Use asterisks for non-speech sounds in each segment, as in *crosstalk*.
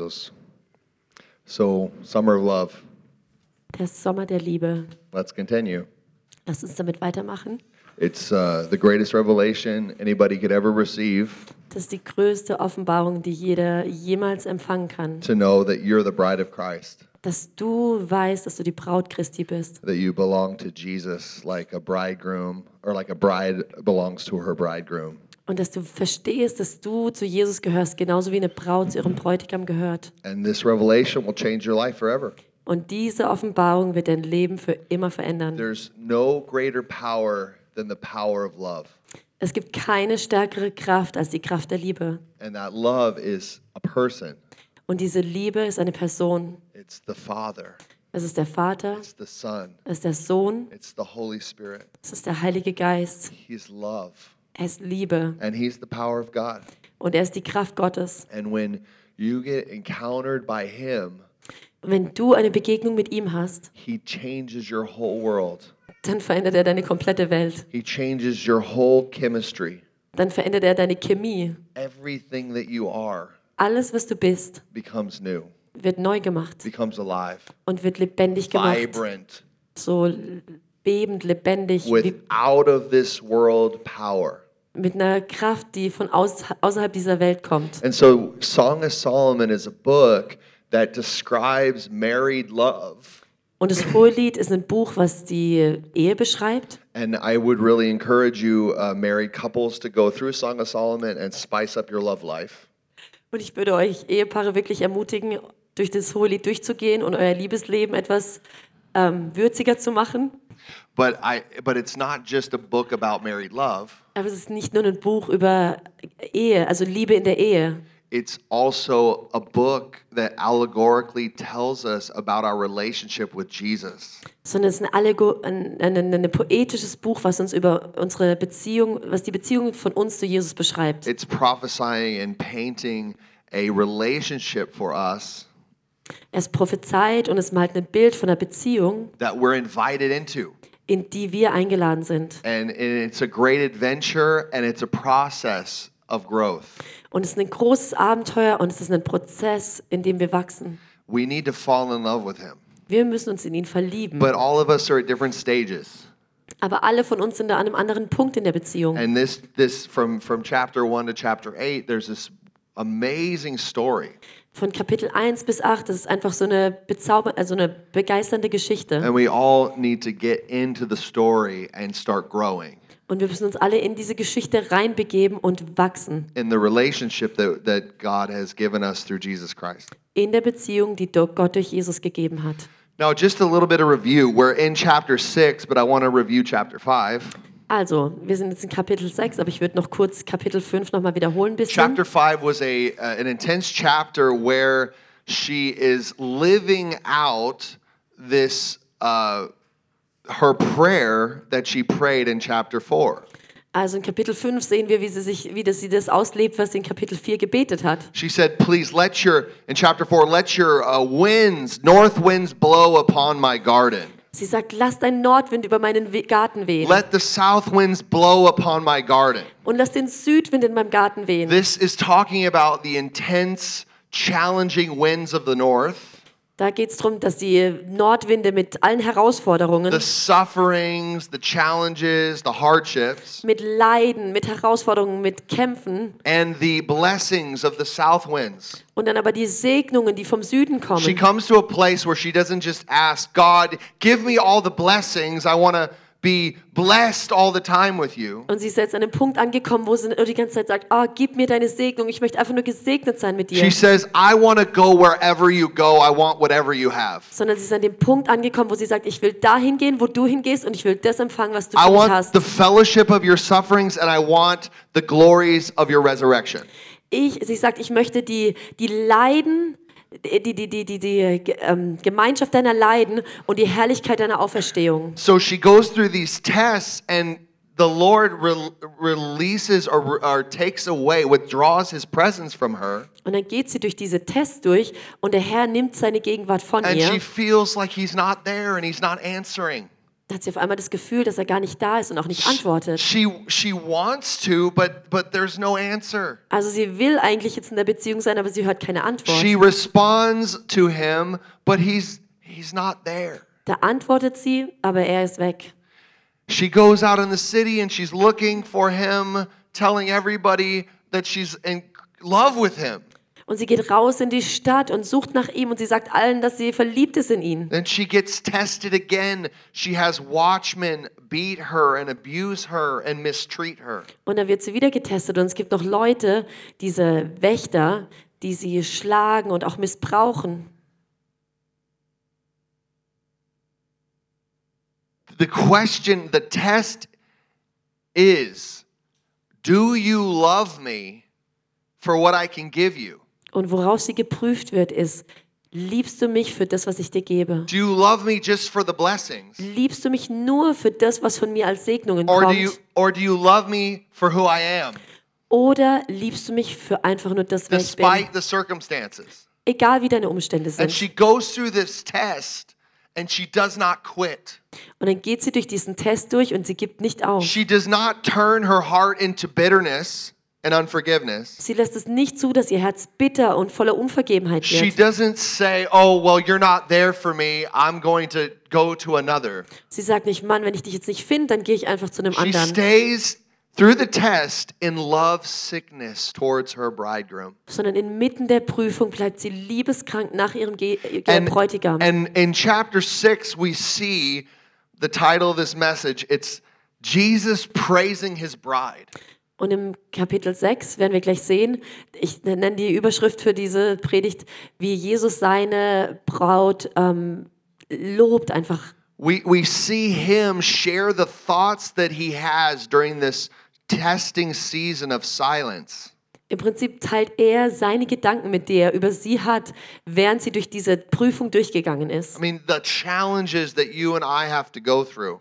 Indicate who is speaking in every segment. Speaker 1: Echoes. So, Summer of Love.
Speaker 2: Der Sommer der Liebe.
Speaker 1: Let's continue.
Speaker 2: Lass uns damit weitermachen.
Speaker 1: It's uh, the greatest revelation anybody could ever receive
Speaker 2: Das ist die größte Offenbarung, die jeder jemals empfangen kann.
Speaker 1: to know that you're the bride of Christ,
Speaker 2: Dass du weißt, dass du die Braut Christi bist.
Speaker 1: that you belong to Jesus like a bridegroom or like a bride belongs to her bridegroom,
Speaker 2: Und dass du verstehst, dass du zu Jesus gehörst, genauso wie eine Braut zu ihrem Bräutigam gehört.
Speaker 1: and this revelation will change your life forever.
Speaker 2: Und diese Offenbarung wird dein Leben für immer verändern.
Speaker 1: There's no greater power than the power of love,
Speaker 2: Es gibt keine stärkere Kraft als die Kraft der Liebe.
Speaker 1: and that love is a person.
Speaker 2: Und diese Liebe ist eine Person.
Speaker 1: It's the Father,
Speaker 2: Es ist der Vater,
Speaker 1: it's the Son,
Speaker 2: es ist der Sohn,
Speaker 1: it's the Holy Spirit.
Speaker 2: es ist der Heilige Geist.
Speaker 1: He's love,
Speaker 2: Er ist Liebe
Speaker 1: and He's the power of God.
Speaker 2: und er ist die Kraft Gottes.
Speaker 1: And when you get encountered by Him,
Speaker 2: Und wenn du eine Begegnung mit ihm hast,
Speaker 1: He changes your whole world.
Speaker 2: dann verändert er deine komplette Welt.
Speaker 1: He changes your whole chemistry,
Speaker 2: Dann verändert er deine Chemie.
Speaker 1: everything that you are
Speaker 2: Alles, was du bist,
Speaker 1: becomes new,
Speaker 2: wird neu gemacht
Speaker 1: becomes alive,
Speaker 2: und wird lebendig gemacht.
Speaker 1: vibrant,
Speaker 2: So l- bebend, lebendig, wie
Speaker 1: with out of this world power.
Speaker 2: mit einer Kraft, die von aus, außerhalb dieser Welt kommt.
Speaker 1: And so, Song of Solomon is a book that describes married love.
Speaker 2: Und das Hohelied ist ein Buch, was die Ehe beschreibt.
Speaker 1: And I would really encourage you, uh, married couples, to go through Song of Solomon and spice up your love life.
Speaker 2: Und ich würde euch Ehepaare wirklich ermutigen, durch das Hohelied durchzugehen und euer Liebesleben etwas ähm, würziger zu machen.
Speaker 1: But I, but it's not just a book about married love.
Speaker 2: Aber es ist nicht nur ein Buch über Ehe, also Liebe in der Ehe.
Speaker 1: It's also a book that allegorically tells us about our relationship with Jesus.
Speaker 2: sondern es ist ein, Allego ein, ein, ein, ein poetisches Buch, was uns über unsere Beziehung, was die Beziehung von uns zu Jesus beschreibt.
Speaker 1: It's prophesying and painting a relationship for us
Speaker 2: Es prophezeit und es malt ein Bild von einer Beziehung,
Speaker 1: that we're invited into.
Speaker 2: in die wir eingeladen sind.
Speaker 1: And it's a great adventure and it's a process of growth.
Speaker 2: Und es ist ein großes Abenteuer und es ist ein Prozess, in dem wir wachsen.
Speaker 1: We need to fall in love with him.
Speaker 2: Wir müssen uns in ihn verlieben.
Speaker 1: But all of us are at different stages.
Speaker 2: Aber alle von uns sind an einem anderen Punkt in der Beziehung.
Speaker 1: And this this from from chapter 1 to chapter 8 there's this amazing story.
Speaker 2: Von Kapitel 1 bis 8, das ist einfach so eine, bezauber also eine begeisternde Geschichte.
Speaker 1: And we all need to get into the story and start growing
Speaker 2: Und wir müssen uns alle in diese Geschichte reinbegeben und wachsen.
Speaker 1: in the relationship that, that God has given us through Jesus Christ.
Speaker 2: in der Beziehung, die do- Gott durch Jesus gegeben hat.
Speaker 1: Now, just a little bit of review. We're in chapter six, but I want to review chapter five.
Speaker 2: Also, wir sind jetzt in Kapitel 6, aber ich würde noch kurz Kapitel 5 nochmal wiederholen ein bisschen.
Speaker 1: Chapter five was a uh, an intense chapter where she is living out this uh, her prayer that she prayed in chapter four.
Speaker 2: Also in Kapitel 5 sehen wir, wie sie sich, wie das, sie das auslebt, was sie in Kapitel 4 gebetet hat.
Speaker 1: She said, "Please let your in chapter four, let your uh, winds, north winds, blow upon my garden.
Speaker 2: Sie sagt, lass dein Nordwind über meinen We- Garten wehen
Speaker 1: Let the south winds blow upon my garden."
Speaker 2: und lass den Südwind in meinem Garten wehen.
Speaker 1: This is talking about the intense, challenging winds of the north.
Speaker 2: Da geht es darum, dass die Nordwinde mit allen Herausforderungen,
Speaker 1: the sufferings, the challenges, the hardships,
Speaker 2: mit Leiden, mit Herausforderungen, mit Kämpfen
Speaker 1: and the blessings of the south winds.
Speaker 2: und dann aber die Segnungen, die vom Süden
Speaker 1: She
Speaker 2: kommen.
Speaker 1: comes to a place where she doesn't just ask, God, give me all the blessings. I want to be blessed all the time with you.
Speaker 2: Und sie ist jetzt an einem Punkt angekommen, wo sie nur die ganze Zeit sagt, oh, gib mir deine Segnung, ich möchte einfach nur gesegnet sein mit dir.
Speaker 1: She says, I want to go wherever you go. I want whatever you have.
Speaker 2: Sondern sie ist an dem Punkt angekommen, wo sie sagt, ich will dahin gehen, wo du hingehst und ich will das empfangen, was du
Speaker 1: I
Speaker 2: für mich
Speaker 1: want
Speaker 2: hast.
Speaker 1: the fellowship of your sufferings and I want the glories of your resurrection.
Speaker 2: Ich, sie sagt, ich möchte die, die Leiden, die, die, die, die, die, die ge- ähm, Gemeinschaft deiner Leiden und die Herrlichkeit deiner Auferstehung.
Speaker 1: So she goes through these tests, and the Lord re- releases or, or takes away, withdraws his presence from her,
Speaker 2: Und dann geht sie durch diese Tests durch und der Herr nimmt seine Gegenwart von
Speaker 1: and
Speaker 2: ihr.
Speaker 1: she feels like he's not there and he's not answering.
Speaker 2: Da hat sie auf einmal das Gefühl, dass er gar nicht da ist und auch nicht antwortet.
Speaker 1: She she wants to, but but there's no answer.
Speaker 2: Also sie will eigentlich jetzt in der Beziehung sein, aber sie hört keine Antwort.
Speaker 1: She responds to him, but he's he's not there.
Speaker 2: Da antwortet sie, aber er ist weg.
Speaker 1: She goes out in the city and she's looking for him, telling everybody that she's in love with him.
Speaker 2: Und sie geht raus in die Stadt und sucht nach ihm und sie sagt allen, dass sie verliebt ist in ihn.
Speaker 1: Then she gets tested again. She has watchmen beat her and abuse her and mistreat her.
Speaker 2: Und dann wird sie wieder getestet und es gibt noch Leute, diese Wächter, die sie schlagen und auch missbrauchen.
Speaker 1: The question, the test is do you love me for what I can give you?
Speaker 2: Und worauf sie geprüft wird, ist, liebst du mich für das, was ich dir gebe?
Speaker 1: Do you love me just for the blessings?
Speaker 2: Liebst du mich nur für das, was von mir als Segnungen
Speaker 1: Or do you
Speaker 2: kommt?
Speaker 1: or do you love me for who I am
Speaker 2: Oder liebst du mich für einfach nur das, wer ich bin?
Speaker 1: despite the circumstances?
Speaker 2: Egal wie deine Umstände
Speaker 1: And
Speaker 2: sind.
Speaker 1: she goes through this test and she does not quit.
Speaker 2: Und dann geht sie durch diesen Test durch und sie gibt nicht auf.
Speaker 1: She does not turn her heart into bitterness and unforgiveness.
Speaker 2: Sie lässt es nicht zu, dass ihr Herz bitter und voller Unvergebenheit
Speaker 1: She
Speaker 2: wird.
Speaker 1: doesn't say, "Oh, well, you're not there for me. I'm going to go to another."
Speaker 2: Sie sagt nicht, Mann, wenn ich dich jetzt nicht finde, dann gehe ich einfach zu einem
Speaker 1: She
Speaker 2: anderen.
Speaker 1: stays through the test in love sickness towards her bridegroom.
Speaker 2: Sondern inmitten der Prüfung bleibt sie liebeskrank nach ihrem Ge Ge
Speaker 1: And,
Speaker 2: Bräutigam.
Speaker 1: and in chapter 6 we see the title of this message. It's Jesus praising his bride.
Speaker 2: Und im Kapitel 6 werden wir gleich sehen, ich ne- nenne die Überschrift für diese Predigt, wie Jesus seine Braut ähm, lobt einfach.
Speaker 1: We, we see him share the thoughts that he has during this testing season of silence.
Speaker 2: Im Prinzip teilt er seine Gedanken mit, die er über sie hat, während sie durch diese Prüfung durchgegangen
Speaker 1: I
Speaker 2: ist.
Speaker 1: mean, the challenges that you and I have to go through,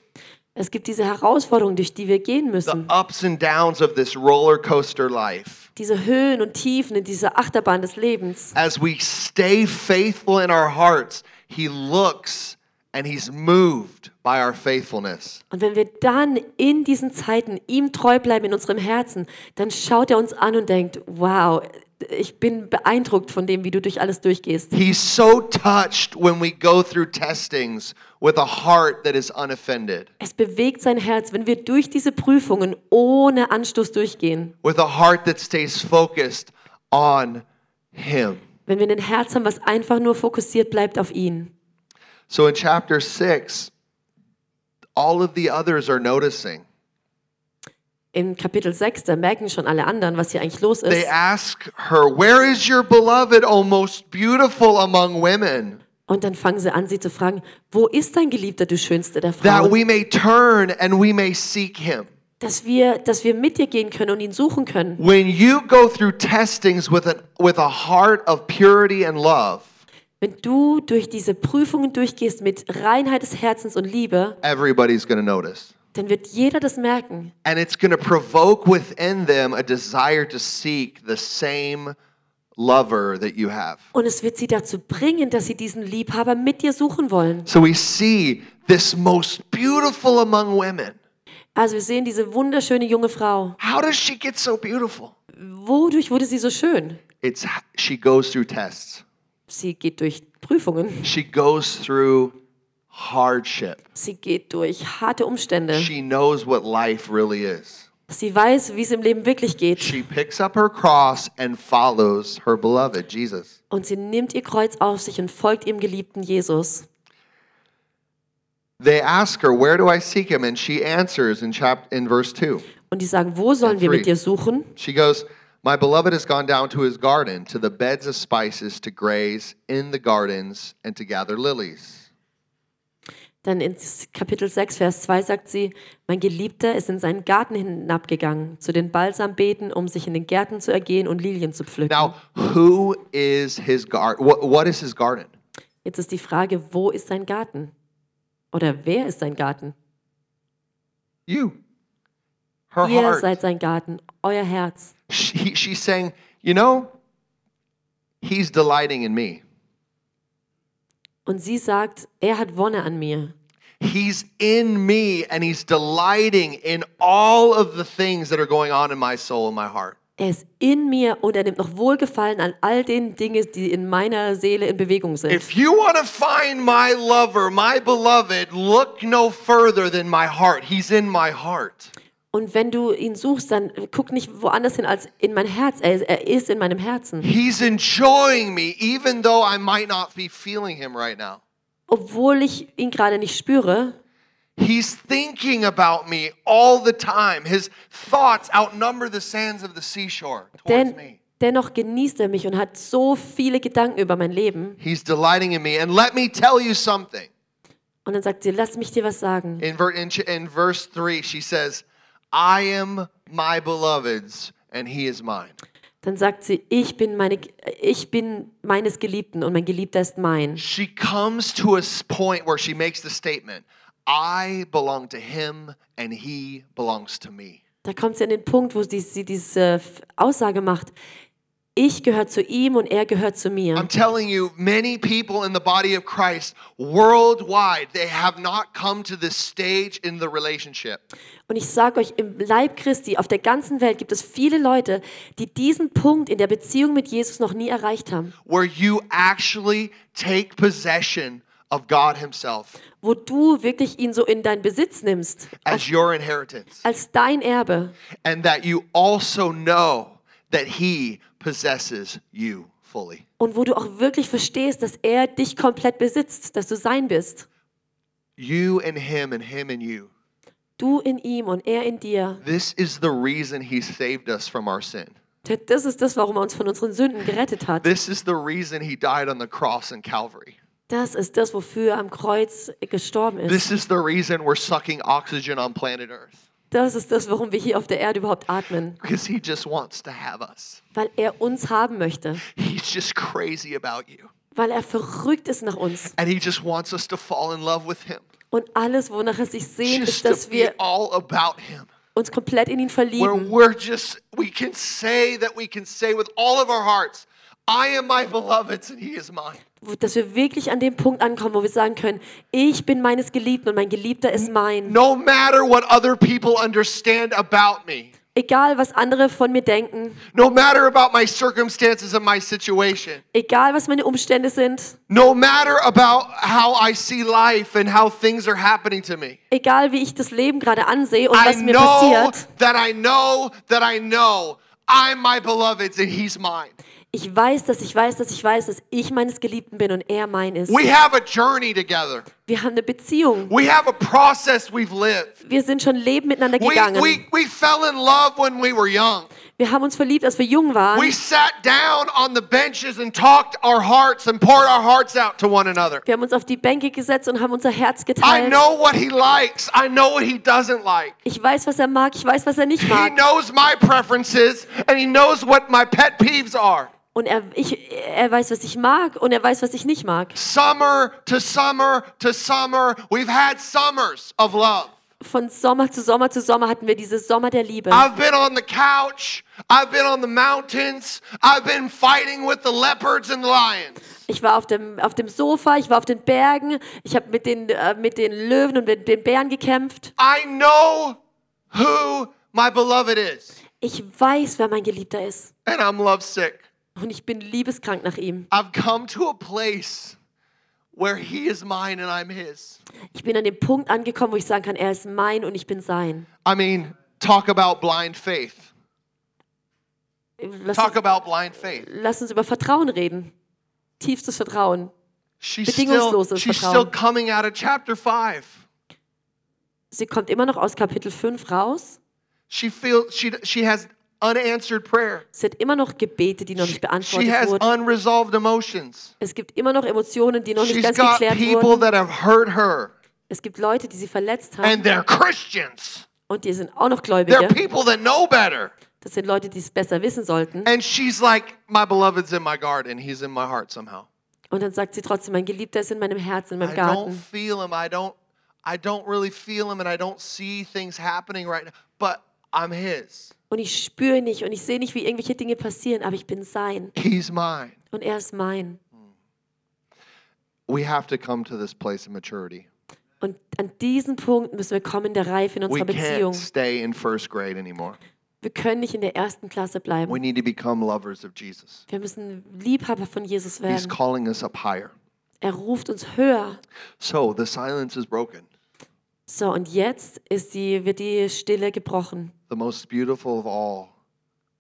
Speaker 2: Es gibt diese Herausforderungen, durch die wir gehen
Speaker 1: the
Speaker 2: müssen.
Speaker 1: ups and downs of this roller coaster life.
Speaker 2: Diese Höhen und Tiefen in dieser Achterbahn des Lebens.
Speaker 1: As we stay faithful in our hearts, he looks and he's moved by our faithfulness.
Speaker 2: Und wenn wir dann in diesen Zeiten ihm treu bleiben in unserem Herzen, dann schaut er uns an und denkt, wow, ich bin beeindruckt von dem, wie du durch alles durchgehst.
Speaker 1: He's so touched when we go through testings with a heart that is unoffended,
Speaker 2: Es bewegt sein Herz, wenn wir durch diese Prüfungen ohne Anstoß durchgehen.
Speaker 1: with a heart that stays focused on him.
Speaker 2: Wenn wir ein Herz haben, was einfach nur fokussiert bleibt auf ihn.
Speaker 1: So in chapter 6, all of the others are noticing.
Speaker 2: In Kapitel 6, da merken schon alle anderen, was hier eigentlich los
Speaker 1: They
Speaker 2: ist.
Speaker 1: ask her, Where is your beloved, O most beautiful among women,
Speaker 2: Und dann fangen sie an, sie zu fragen, wo ist dein Geliebter, du Schönste der
Speaker 1: that
Speaker 2: Frauen?
Speaker 1: we may turn and we may seek him?
Speaker 2: Dass wir, dass wir mit dir gehen können und ihn suchen können.
Speaker 1: When you go through testings with, an, with a heart of purity and love,
Speaker 2: Wenn du durch diese Prüfungen durchgehst mit Reinheit des Herzens und Liebe,
Speaker 1: everybody's going to notice.
Speaker 2: dann wird jeder das merken.
Speaker 1: And it's going to provoke within them a desire to seek the same lover that you have.
Speaker 2: Und es wird sie dazu bringen, dass sie diesen Liebhaber mit dir suchen wollen.
Speaker 1: So we see this most beautiful among women.
Speaker 2: Also wir sehen diese wunderschöne junge Frau.
Speaker 1: How does she get so beautiful?
Speaker 2: Wodurch wurde sie so schön?
Speaker 1: It's she goes through tests.
Speaker 2: Sie geht durch Prüfungen.
Speaker 1: She goes through hardship.
Speaker 2: Sie geht durch harte Umstände.
Speaker 1: She knows what life really is.
Speaker 2: Sie weiß, wie es im Leben wirklich geht.
Speaker 1: She picks up her cross and follows her beloved Jesus.
Speaker 2: Und sie nimmt ihr Kreuz auf sich und folgt ihrem geliebten Jesus.
Speaker 1: They ask her, "Where do I seek him?" and she answers in chap in verse 2.
Speaker 2: Und die sagen, wo sollen wir mit dir suchen?
Speaker 1: She goes, "My beloved has gone down to his garden, to the beds of spices to graze in the gardens and to gather lilies."
Speaker 2: Dann in Kapitel 6, Vers 2 sagt sie, mein Geliebter ist in seinen Garten hinabgegangen, zu den Balsambeeten, um sich in den Gärten zu ergehen und Lilien zu pflücken.
Speaker 1: Now, who is his garden? What, what is his garden?
Speaker 2: Jetzt ist die Frage, wo ist sein Garten? Oder wer ist sein Garten?
Speaker 1: You. Her
Speaker 2: Ihr
Speaker 1: heart.
Speaker 2: seid sein Garten, euer Herz.
Speaker 1: She, she's saying, you know, he's delighting in me.
Speaker 2: Und sie sagt, er hat Wonne an mir.
Speaker 1: He's in me and he's delighting in all of the things that are going on in my soul and my heart.
Speaker 2: Er ist in mir und er nimmt noch Wohlgefallen an all den Dingen, die in meiner Seele in Bewegung sind.
Speaker 1: If you want to find my lover, my beloved, look no further than my heart. He's in my heart.
Speaker 2: Und wenn du ihn suchst, dann guck nicht woanders hin als in mein Herz. Er ist, er ist in meinem Herzen.
Speaker 1: He's enjoying me, even though I might not be feeling him right now.
Speaker 2: Obwohl ich ihn gerade nicht spüre,
Speaker 1: He's thinking about me all the time. His thoughts outnumber the sands of the seashore towards
Speaker 2: denn,
Speaker 1: me.
Speaker 2: dennoch genießt er mich und hat so viele Gedanken über mein Leben.
Speaker 1: He's delighting in me. And let me tell you something.
Speaker 2: Und dann sagt sie, lass mich dir was sagen.
Speaker 1: In, ver- in, ch- in verse 3, she says, I am my beloved's, and he is mine.
Speaker 2: Dann sagt sie, ich bin, meine, ich bin meines Geliebten und mein Geliebter ist mein.
Speaker 1: She comes to a s- point where she makes the statement, I belong to him, and he belongs to me.
Speaker 2: Da kommt sie an den Punkt, wo sie, sie diese F- Aussage macht. Ich gehöre zu ihm und er gehört zu mir.
Speaker 1: I'm telling you, many people in the body of Christ worldwide, they have not come to this stage in the relationship.
Speaker 2: Und ich sage euch, im Leib Christi, auf der ganzen Welt gibt es viele Leute, die diesen Punkt in der Beziehung mit Jesus noch nie erreicht haben,
Speaker 1: where you actually take possession of God Himself
Speaker 2: wo du wirklich ihn so in deinen Besitz nimmst,
Speaker 1: as your inheritance,
Speaker 2: als dein Erbe.
Speaker 1: and that you also know that He possesses you fully.
Speaker 2: Und wo du auch wirklich verstehst, dass er dich komplett besitzt, dass du sein bist.
Speaker 1: You and Him, and Him and you.
Speaker 2: Du in ihm und er in dir.
Speaker 1: This is the reason He saved us from our sin.
Speaker 2: Das ist das, warum er uns von unseren Sünden gerettet hat.
Speaker 1: This is the reason He died on the cross in Calvary.
Speaker 2: Das ist das, wofür er am Kreuz gestorben ist.
Speaker 1: This is the reason we're sucking oxygen on planet Earth,
Speaker 2: Das ist das, warum wir hier auf der Erde überhaupt atmen.
Speaker 1: because He just wants to have us.
Speaker 2: Weil er uns haben möchte.
Speaker 1: He's just crazy about you,
Speaker 2: Weil er verrückt ist nach uns.
Speaker 1: and He just wants us to fall in love with Him.
Speaker 2: Und alles, wonach er sich sehnt,
Speaker 1: just
Speaker 2: ist,
Speaker 1: to
Speaker 2: dass
Speaker 1: be
Speaker 2: wir
Speaker 1: all about him
Speaker 2: uns komplett in ihn
Speaker 1: where
Speaker 2: verlieben.
Speaker 1: we're just we can say that we can say with all of our hearts i am my beloved's and he is mine
Speaker 2: Wo- Dass wir wirklich an dem Punkt ankommen, wo wir sagen können, ich bin meines Geliebten und mein Geliebter ist mein.
Speaker 1: no matter what other people understand about me
Speaker 2: Egal, was andere von mir denken.
Speaker 1: no matter about my circumstances and my situation
Speaker 2: Egal, was meine Umstände sind.
Speaker 1: no matter about how i see life and how things are happening to me
Speaker 2: Egal, wie ich das Leben gerade ansehe und
Speaker 1: i
Speaker 2: was mir
Speaker 1: know
Speaker 2: passiert.
Speaker 1: that i know that i know i'm my beloved's and he's mine
Speaker 2: Ich weiß, dass ich weiß, dass ich weiß, dass ich meines Geliebten bin und er mein ist.
Speaker 1: we have a journey together
Speaker 2: Wir haben eine Beziehung.
Speaker 1: we have a process we've lived
Speaker 2: Wir sind schon Leben miteinander
Speaker 1: We,
Speaker 2: gegangen.
Speaker 1: we, we fell in love when we were young.
Speaker 2: Wir haben uns verliebt, als wir jung waren.
Speaker 1: We sat down on the benches and talked our hearts and poured our hearts out to one another.
Speaker 2: Wir haben uns auf die Bänke gesetzt und haben unser Herz
Speaker 1: I
Speaker 2: geteilt.
Speaker 1: know what he likes. I know what he doesn't like.
Speaker 2: Ich weiß, was er mag, ich weiß, was er nicht
Speaker 1: He
Speaker 2: mag.
Speaker 1: knows my preferences and he knows what my pet peeves are.
Speaker 2: Und er, ich, er weiß, was ich mag und er weiß, was ich nicht mag.
Speaker 1: Summer to summer to summer, we've had summers of love.
Speaker 2: Von Sommer zu Sommer zu Sommer hatten wir diese Sommer der Liebe.
Speaker 1: I've been on the couch. I've been on the mountains. I've been fighting with the leopards and lions.
Speaker 2: Ich war auf dem, auf dem Sofa, ich war auf den Bergen, ich habe mit, den, äh, mit den Löwen und mit den Bären gekämpft.
Speaker 1: I know who my beloved is,
Speaker 2: Ich weiß, wer mein Geliebter ist.
Speaker 1: and I'm lovesick.
Speaker 2: Und ich bin liebeskrank nach ihm.
Speaker 1: I've come to a place where he is mine and I'm his.
Speaker 2: Ich bin an dem Punkt angekommen, wo ich sagen kann, er ist mein und ich bin sein.
Speaker 1: I mean, talk about blind faith.
Speaker 2: Lass
Speaker 1: Talk
Speaker 2: uns,
Speaker 1: about blind faith.
Speaker 2: lass uns über Vertrauen reden. Tiefstes Vertrauen.
Speaker 1: She's still,
Speaker 2: Bedingungsloses
Speaker 1: she's
Speaker 2: Vertrauen.
Speaker 1: still coming out of chapter 5.
Speaker 2: Sie kommt immer noch aus Kapitel 5 raus.
Speaker 1: She feels she she has unanswered prayer.
Speaker 2: Es sind immer noch Gebete, die noch nicht
Speaker 1: She
Speaker 2: beantwortet
Speaker 1: has
Speaker 2: wurden.
Speaker 1: unresolved emotions.
Speaker 2: Es gibt immer noch Emotionen, die noch nicht
Speaker 1: She's
Speaker 2: ganz
Speaker 1: got
Speaker 2: geklärt
Speaker 1: people
Speaker 2: wurden.
Speaker 1: that have hurt her
Speaker 2: Es gibt Leute, die sie verletzt haben
Speaker 1: and they're Christians.
Speaker 2: und die sind auch noch
Speaker 1: They're
Speaker 2: Gläubige.
Speaker 1: people that know better.
Speaker 2: Das sind Leute, die es besser wissen sollten.
Speaker 1: And she's like, My beloved's in my garden. He's in my heart somehow.
Speaker 2: Und dann sagt sie trotzdem, mein Geliebter ist in meinem Herzen, in meinem
Speaker 1: I don't
Speaker 2: Garten.
Speaker 1: feel him. I don't I don't really feel him and I don't see things happening right now. But I'm his.
Speaker 2: Und ich spüre nicht und ich sehe nicht, wie irgendwelche Dinge passieren, aber ich bin sein
Speaker 1: He's mine.
Speaker 2: und er ist mein.
Speaker 1: We have to come to this place of maturity.
Speaker 2: Und an diesen Punkt müssen wir kommen in der Reife in
Speaker 1: We
Speaker 2: unserer
Speaker 1: can't
Speaker 2: Beziehung.
Speaker 1: stay in first grade anymore.
Speaker 2: Wir können nicht in der ersten Klasse
Speaker 1: We
Speaker 2: bleiben.
Speaker 1: need to become lovers of Jesus.
Speaker 2: Wir müssen Liebhaber von Jesus
Speaker 1: He's
Speaker 2: werden.
Speaker 1: calling us up higher.
Speaker 2: Er ruft uns höher.
Speaker 1: So the silence is broken.
Speaker 2: So, und jetzt ist die, wird die Stille gebrochen.
Speaker 1: The most beautiful of all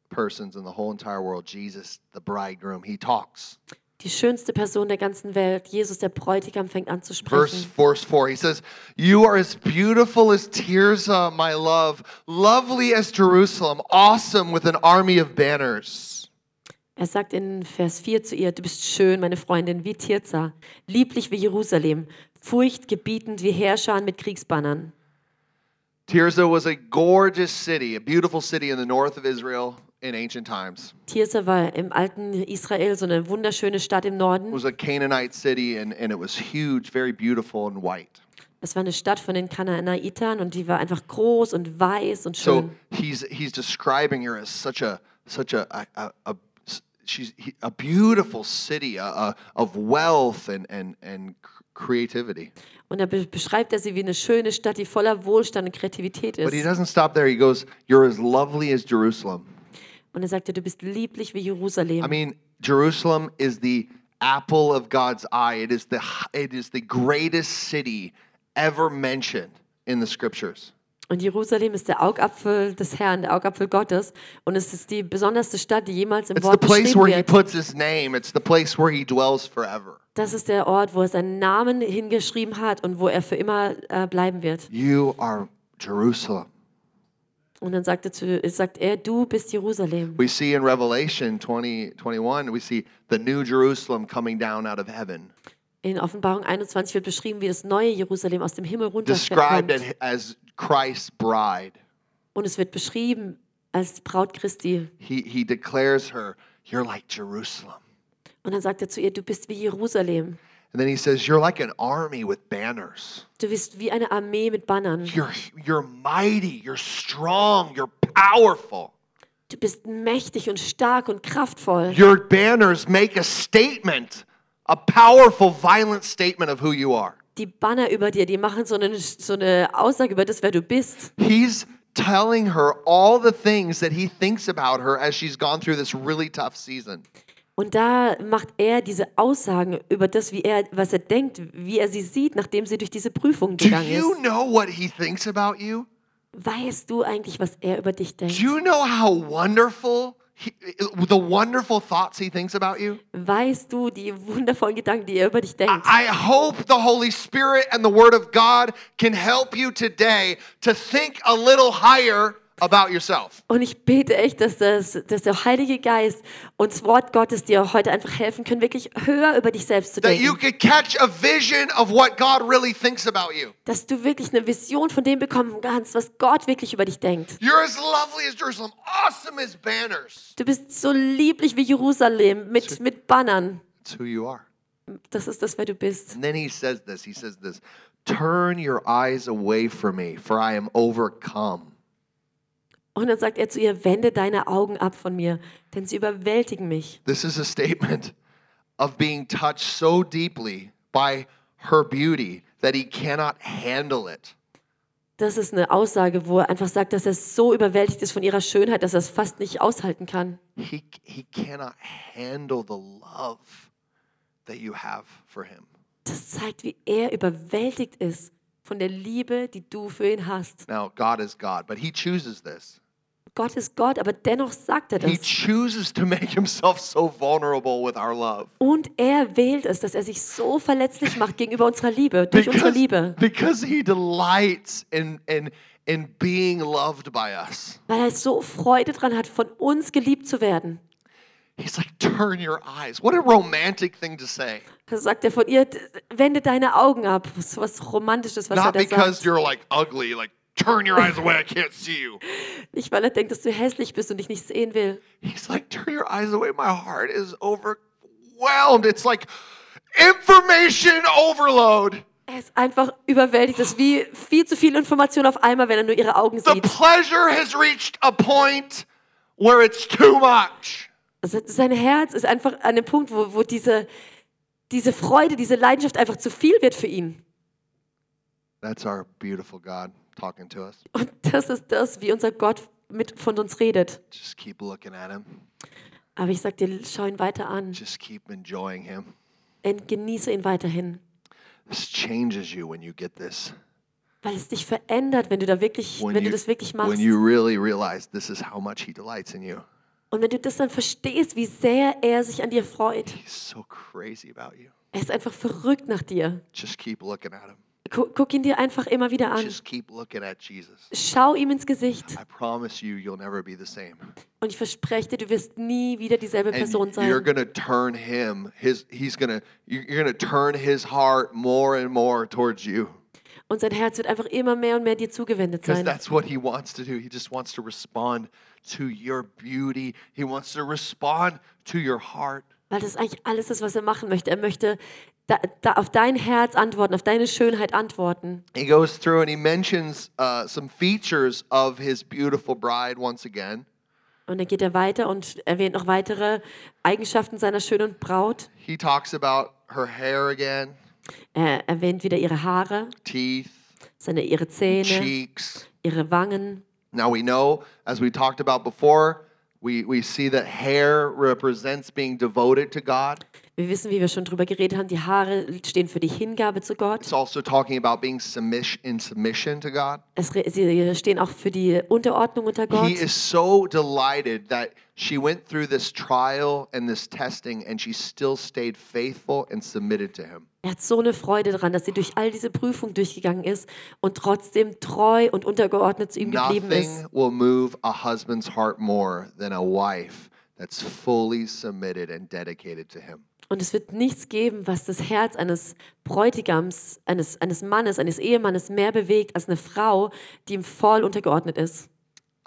Speaker 1: persons in the whole entire world, Jesus, the bridegroom, he talks.
Speaker 2: Die schönste Person der ganzen Welt, Jesus der Bräutigam, fängt an zu
Speaker 1: Verse,
Speaker 2: sprechen.
Speaker 1: verse 4, he says, You are as beautiful as Tirzah, my love, lovely as Jerusalem, awesome with an army of banners.
Speaker 2: Er sagt in Vers 4 zu ihr, du bist schön, meine Freundin, wie Tirza, lieblich wie Jerusalem, furchtgebietend wie Herrscher mit Kriegsbannern.
Speaker 1: Tirzah was a gorgeous city, a beautiful city in the north of Israel in ancient times.
Speaker 2: Tirza war im alten Israel so eine wunderschöne Stadt im
Speaker 1: It
Speaker 2: Norden.
Speaker 1: was a Canaanite city, and, and it was huge, very beautiful and white.
Speaker 2: Das war eine Stadt von den Kanaanitern und die war einfach groß und weiß und
Speaker 1: So
Speaker 2: schön.
Speaker 1: he's he's describing her as such a such a a, a, a she's he, a beautiful city a, a, of wealth and and and c- creativity.
Speaker 2: Und da be- beschreibt er sie wie eine schöne Stadt, die voller Wohlstand und Kreativität
Speaker 1: But he
Speaker 2: ist.
Speaker 1: doesn't stop there. He goes, "You're as lovely as Jerusalem."
Speaker 2: Und er sagte, du bist lieblich wie
Speaker 1: I
Speaker 2: Jerusalem.
Speaker 1: mean, Jerusalem is the apple of God's eye. It is the h- it is the greatest city ever mentioned in the scriptures.
Speaker 2: Und Jerusalem ist der Augapfel des Herrn, der Augapfel Gottes. Und es ist die besonderste Stadt, die jemals im
Speaker 1: It's the
Speaker 2: Wort
Speaker 1: place
Speaker 2: beschrieben
Speaker 1: where he
Speaker 2: wird.
Speaker 1: puts his name. It's the place where he dwells forever.
Speaker 2: Das ist der Ort, wo er seinen Namen hingeschrieben hat und wo er für immer äh, bleiben wird.
Speaker 1: You are Jerusalem.
Speaker 2: Und dann sagte zu, sagt er, du bist Jerusalem.
Speaker 1: We see in Revelation 20, 21, we see the new Jerusalem coming down out of heaven,
Speaker 2: In Offenbarung 21 wird beschrieben, wie das neue Jerusalem aus dem Himmel
Speaker 1: described
Speaker 2: runterkommt.
Speaker 1: at- as Christ's bride.
Speaker 2: Und es wird beschrieben als die Braut Christi.
Speaker 1: He, he declares her, You're like Jerusalem.
Speaker 2: Und dann sagt er zu ihr, du bist wie Jerusalem.
Speaker 1: And then he says, You're like an army with banners.
Speaker 2: Du bist wie eine Armee mit Bannern.
Speaker 1: You're, you're mighty, you're strong, you're powerful.
Speaker 2: Du bist mächtig und stark und kraftvoll.
Speaker 1: Your banners make a statement, a powerful, violent statement of who you are.
Speaker 2: Die Banner über dir, die machen so eine, so eine Aussage über das, wer du bist.
Speaker 1: He's telling her all the things that he thinks about her as she's gone through this really tough season.
Speaker 2: Und da macht er diese Aussagen über das, wie er, was er denkt, wie er sie sieht, nachdem sie durch diese Prüfung
Speaker 1: Do
Speaker 2: gegangen
Speaker 1: you
Speaker 2: ist.
Speaker 1: know what he thinks about you?
Speaker 2: Weißt du eigentlich, was er über dich
Speaker 1: Do
Speaker 2: denkt?
Speaker 1: you know how wonderful he, the wonderful thoughts he thinks about you?
Speaker 2: Weißt du die wundervollen Gedanken, die er über dich denkt?
Speaker 1: I hope the Holy Spirit and the Word of God can help you today to think a little higher about yourself.
Speaker 2: Und ich bete echt, dass, das, dass der Heilige Geist und das Wort Gottes dir heute einfach helfen können, wirklich höher über dich selbst zu
Speaker 1: That you could
Speaker 2: denken.
Speaker 1: catch a vision of what God really thinks about you.
Speaker 2: Dass du wirklich eine Vision von dem bekommen kannst, was Gott wirklich über dich denkt.
Speaker 1: You're as lovely as Jerusalem, awesome as banners.
Speaker 2: Du bist so lieblich wie Jerusalem mit, mit Bannern.
Speaker 1: That's who you are.
Speaker 2: Das ist das, wer du bist.
Speaker 1: And then he says this he says this turn your eyes away from me for i am overcome
Speaker 2: Und dann sagt er zu ihr, wende deine Augen ab von mir, denn sie überwältigen mich.
Speaker 1: this is a statement of being touched so deeply by her beauty that he cannot handle it
Speaker 2: Das ist eine Aussage, wo er einfach sagt, dass er so überwältigt ist von ihrer Schönheit, dass er es fast nicht aushalten kann.
Speaker 1: he, he cannot handle the love that you have for him
Speaker 2: Das zeigt, wie er überwältigt ist von der Liebe, die du für ihn hast.
Speaker 1: now god is god but he chooses this
Speaker 2: Gott ist Gott, aber dennoch sagt er
Speaker 1: he
Speaker 2: das.
Speaker 1: chooses to make himself so vulnerable with our love
Speaker 2: Und er wählt es, dass er sich so verletzlich macht gegenüber unserer Liebe, durch unsere Liebe.
Speaker 1: because he delights in, in, in being loved by us.
Speaker 2: Weil er so Freude dran hat, von uns geliebt zu werden.
Speaker 1: He's like, turn your eyes. What a romantic thing to say.
Speaker 2: Da Also sagt er von ihr, "D- wende deine Augen ab. So was Romantisches, was
Speaker 1: Not
Speaker 2: er da sagt.
Speaker 1: because you're like ugly, like, turn your eyes away, I can't see you.
Speaker 2: Nicht, weil er denkt, dass du hässlich bist und dich nicht sehen will.
Speaker 1: He's like, turn your eyes away. My heart is overwhelmed. It's like information overload.
Speaker 2: Er ist einfach überwältigt. Das ist wie viel zu viel Information auf einmal, wenn er nur ihre Augen
Speaker 1: The
Speaker 2: sieht.
Speaker 1: pleasure has reached a point where it's too much.
Speaker 2: Also sein Herz ist einfach an dem Punkt, wo, wo diese, diese Freude, diese Leidenschaft einfach zu viel wird für ihn.
Speaker 1: That's our beautiful God talking to us.
Speaker 2: Und das ist das, wie unser Gott mit von uns redet.
Speaker 1: Just keep looking at Him.
Speaker 2: Aber ich sag dir, schau ihn weiter an
Speaker 1: Just keep enjoying Him.
Speaker 2: und genieße ihn weiterhin,
Speaker 1: This changes you when you get this.
Speaker 2: weil es dich verändert, wenn du da wirklich,
Speaker 1: When
Speaker 2: wenn
Speaker 1: you,
Speaker 2: du das wirklich
Speaker 1: when
Speaker 2: machst
Speaker 1: you really realize this is how much He delights in you.
Speaker 2: und wenn du das dann verstehst, wie sehr er sich an dir freut.
Speaker 1: He's so crazy about you.
Speaker 2: Er ist einfach verrückt nach dir.
Speaker 1: Just keep looking at Him.
Speaker 2: Gu- Guck ihn dir einfach immer wieder an.
Speaker 1: Just keep looking at Jesus.
Speaker 2: Schau ihm ins Gesicht
Speaker 1: I promise you, you'll never be the same.
Speaker 2: und ich verspreche dir, du wirst nie wieder dieselbe
Speaker 1: And
Speaker 2: Person
Speaker 1: you're
Speaker 2: sein.
Speaker 1: gonna turn him. His he's gonna you- you're gonna turn his heart more and more towards you
Speaker 2: Und sein Herz wird einfach immer mehr und mehr dir zugewendet
Speaker 1: because
Speaker 2: sein.
Speaker 1: that's what he wants to do. He just wants to respond to your beauty. He wants to respond to your heart.
Speaker 2: Weil das eigentlich alles ist, was er machen möchte. Er möchte da, da auf dein Herz antworten, auf deine Schönheit antworten.
Speaker 1: He goes through and he mentions uh, some features of his beautiful bride once again.
Speaker 2: Und dann geht er weiter und erwähnt noch weitere Eigenschaften seiner schönen Braut.
Speaker 1: He talks about her hair again,
Speaker 2: Er erwähnt wieder ihre Haare,
Speaker 1: teeth,
Speaker 2: seine, ihre Zähne,
Speaker 1: cheeks.
Speaker 2: ihre Wangen.
Speaker 1: Now we know, as we talked about before, we, we see that hair represents being devoted to God.
Speaker 2: Wir wissen, wie wir schon drüber geredet haben, die Haare stehen für die Hingabe zu Gott.
Speaker 1: It's also talking about being submission in submission to God.
Speaker 2: Es, re- sie äh, stehen auch für die Unterordnung unter Gott.
Speaker 1: He is so delighted that she went through this trial and this testing and she still stayed faithful and submitted to him.
Speaker 2: Er hat so eine Freude daran, dass sie durch all diese Prüfung durchgegangen ist und trotzdem treu und untergeordnet zu ihm geblieben ist.
Speaker 1: Nothing will move a husband's heart more than a wife that's fully submitted and dedicated to him.
Speaker 2: Und es wird nichts geben, was das Herz eines Bräutigams, eines, eines Mannes, eines Ehemannes mehr bewegt als eine Frau, die ihm voll untergeordnet ist.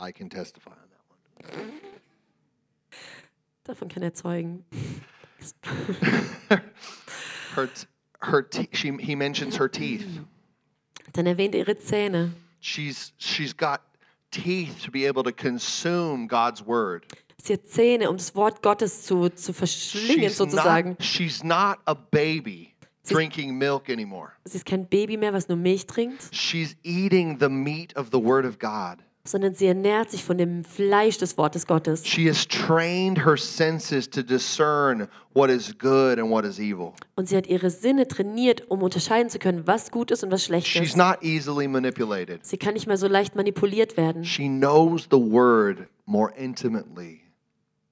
Speaker 1: I can testify on that one.
Speaker 2: Davon kann er zeugen.
Speaker 1: Her, t- her te- she, he mentions her teeth.
Speaker 2: Dann erwähnt er ihre Zähne.
Speaker 1: She's she's got teeth to be able to consume God's word.
Speaker 2: Sie hat Zähne, um das Wort Gottes zu, zu verschlingen
Speaker 1: She's
Speaker 2: sozusagen.
Speaker 1: not she's not a baby
Speaker 2: Sie-
Speaker 1: drinking milk anymore.
Speaker 2: Sie ist kein Baby mehr, was nur Milch trinkt,
Speaker 1: She's eating the meat of the word of God.
Speaker 2: sondern sie ernährt sich von dem Fleisch des Wortes Gottes.
Speaker 1: She has trained her senses to discern what is good and what is evil.
Speaker 2: Und sie hat ihre Sinne trainiert, um unterscheiden zu können, was gut ist und was schlecht
Speaker 1: She's
Speaker 2: ist.
Speaker 1: not easily manipulated.
Speaker 2: Sie kann nicht mehr so leicht manipuliert werden.
Speaker 1: She knows the word more intimately.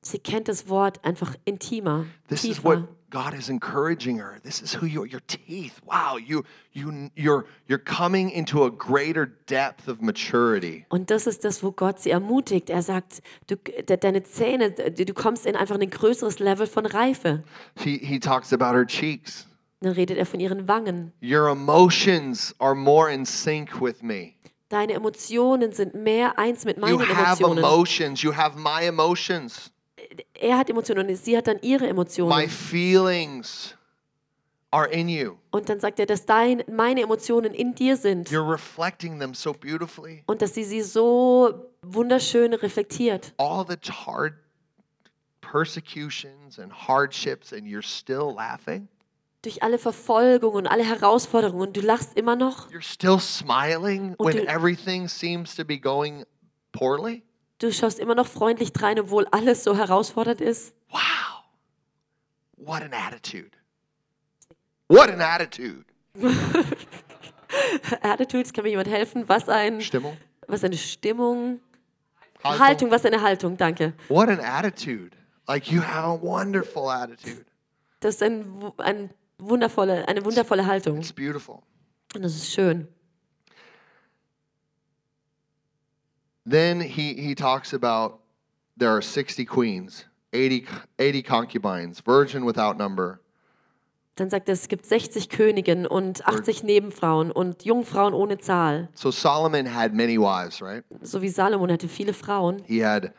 Speaker 2: Sie kennt das Wort einfach intimer,
Speaker 1: This is
Speaker 2: tiefer.
Speaker 1: what God is encouraging her. This is who you are. Your teeth. Wow, you you you're you're coming into a greater depth of maturity.
Speaker 2: Und das ist das, wo Gott sie ermutigt. Er sagt, du, de, deine Zähne, de, du kommst in einfach ein größeres Level von Reife.
Speaker 1: He he talks about her cheeks.
Speaker 2: Dann redet er von ihren Wangen.
Speaker 1: Your emotions are more in sync with me.
Speaker 2: Deine Emotionen sind mehr eins mit
Speaker 1: You
Speaker 2: meinen
Speaker 1: have
Speaker 2: Emotionen.
Speaker 1: emotions. You have my emotions.
Speaker 2: Er hat Emotionen und sie hat dann ihre
Speaker 1: My
Speaker 2: Emotionen.
Speaker 1: feelings are in you.
Speaker 2: Und dann sagt er, dass dein, meine Emotionen in dir sind
Speaker 1: You're reflecting them so beautifully.
Speaker 2: und dass sie sie so wunderschön reflektiert.
Speaker 1: All the hard persecutions and hardships, and you're still laughing.
Speaker 2: Durch alle Verfolgungen und alle Herausforderungen. Und du lachst immer noch.
Speaker 1: You're still smiling when
Speaker 2: du-
Speaker 1: everything seems to be going poorly?
Speaker 2: Du schaust immer noch freundlich drein, obwohl alles so herausfordernd ist.
Speaker 1: Wow. What an attitude. What an attitude.
Speaker 2: Attitudes, kann mir jemand helfen? Was ein,
Speaker 1: Stimmung?
Speaker 2: was eine Stimmung?
Speaker 1: Haltung.
Speaker 2: Haltung, was eine Haltung, danke.
Speaker 1: What an attitude. Like you have a wonderful attitude.
Speaker 2: Das ist ein, wu- ein wundervolle, eine wundervolle Haltung.
Speaker 1: It's beautiful.
Speaker 2: Und das ist schön.
Speaker 1: Then he, he talks about there are 60 queens, 80, 80 concubines, virgin without number.
Speaker 2: Dann sagt er, es gibt 60 Königinnen und 80 Nebenfrauen und Jungfrauen ohne Zahl.
Speaker 1: So Solomon had many wives, right?
Speaker 2: So wie Salomon hatte viele Frauen.
Speaker 1: He had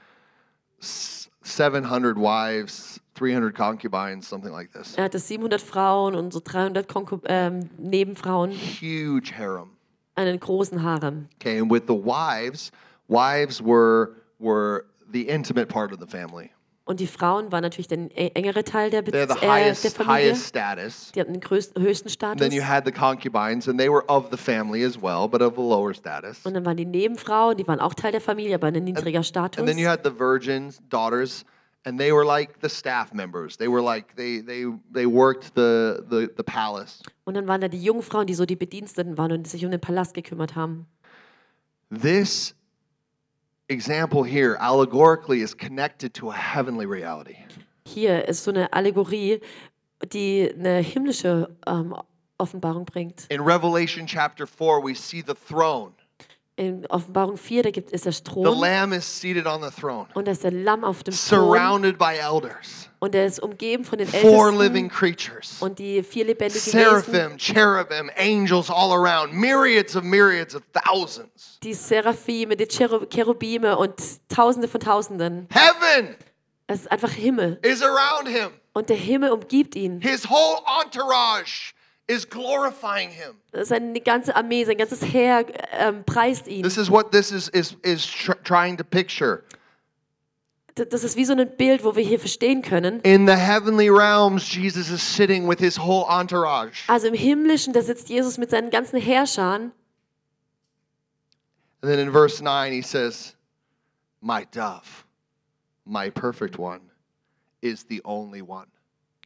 Speaker 1: s- 700 wives, 300 concubines, something like this.
Speaker 2: Er hatte 700 Frauen und so 300 Konku ähm, Nebenfrauen,
Speaker 1: huge harem.
Speaker 2: einen großen Harem.
Speaker 1: Okay, and with the wives, wives were were the intimate part of the family.
Speaker 2: Und die Frauen waren natürlich der e- engere Teil der, Bez
Speaker 1: They had the
Speaker 2: äh, der
Speaker 1: highest,
Speaker 2: Familie.
Speaker 1: highest status.
Speaker 2: Die hatten den größten, höchsten
Speaker 1: And then you
Speaker 2: Status.
Speaker 1: had the concubines, and they were of the family as well, but of a lower status.
Speaker 2: Und dann waren die Nebenfrauen, die waren auch Teil der Familie, aber ein niedriger
Speaker 1: And
Speaker 2: Status.
Speaker 1: then you had the virgins, daughters, and they were like the staff members. They were like they they they worked the the, the palace.
Speaker 2: Und dann waren da die Jungfrauen, die so die Bediensteten waren und sich um den Palast gekümmert haben.
Speaker 1: This example here allegorically is connected to a heavenly reality.
Speaker 2: Hier ist so eine Allegorie, die eine himmlische ähm, Offenbarung bringt.
Speaker 1: In Revelation chapter 4, we see the throne.
Speaker 2: In Offenbarung 4, da gibt, ist der
Speaker 1: The
Speaker 2: Thron
Speaker 1: lamb is seated on the throne,
Speaker 2: und da ist der Lamm auf dem Thron
Speaker 1: surrounded by elders,
Speaker 2: und er ist umgeben von den
Speaker 1: four
Speaker 2: Ältesten
Speaker 1: living creatures.
Speaker 2: und die vier lebendigen Wesen,
Speaker 1: Seraphim, cherubim, angels all around, myriads of myriads of thousands.
Speaker 2: die Seraphime, die Cheru- Cherubime und Tausende von Tausenden.
Speaker 1: Heaven
Speaker 2: Es ist einfach Himmel
Speaker 1: is around him.
Speaker 2: und der Himmel umgibt ihn.
Speaker 1: His whole entourage is glorifying him.
Speaker 2: Seine ganze Armee, sein ganzes Heer ähm, preist ihn.
Speaker 1: This is what this is is is tr- trying to picture.
Speaker 2: D- Das ist wie so ein Bild, wo wir hier verstehen können.
Speaker 1: In the heavenly realms, Jesus is sitting with his whole entourage.
Speaker 2: Also im Himmlischen, da sitzt Jesus mit seinen ganzen Herrschern.
Speaker 1: And then in verse 9, he says, "My dove, my perfect one, is the only one."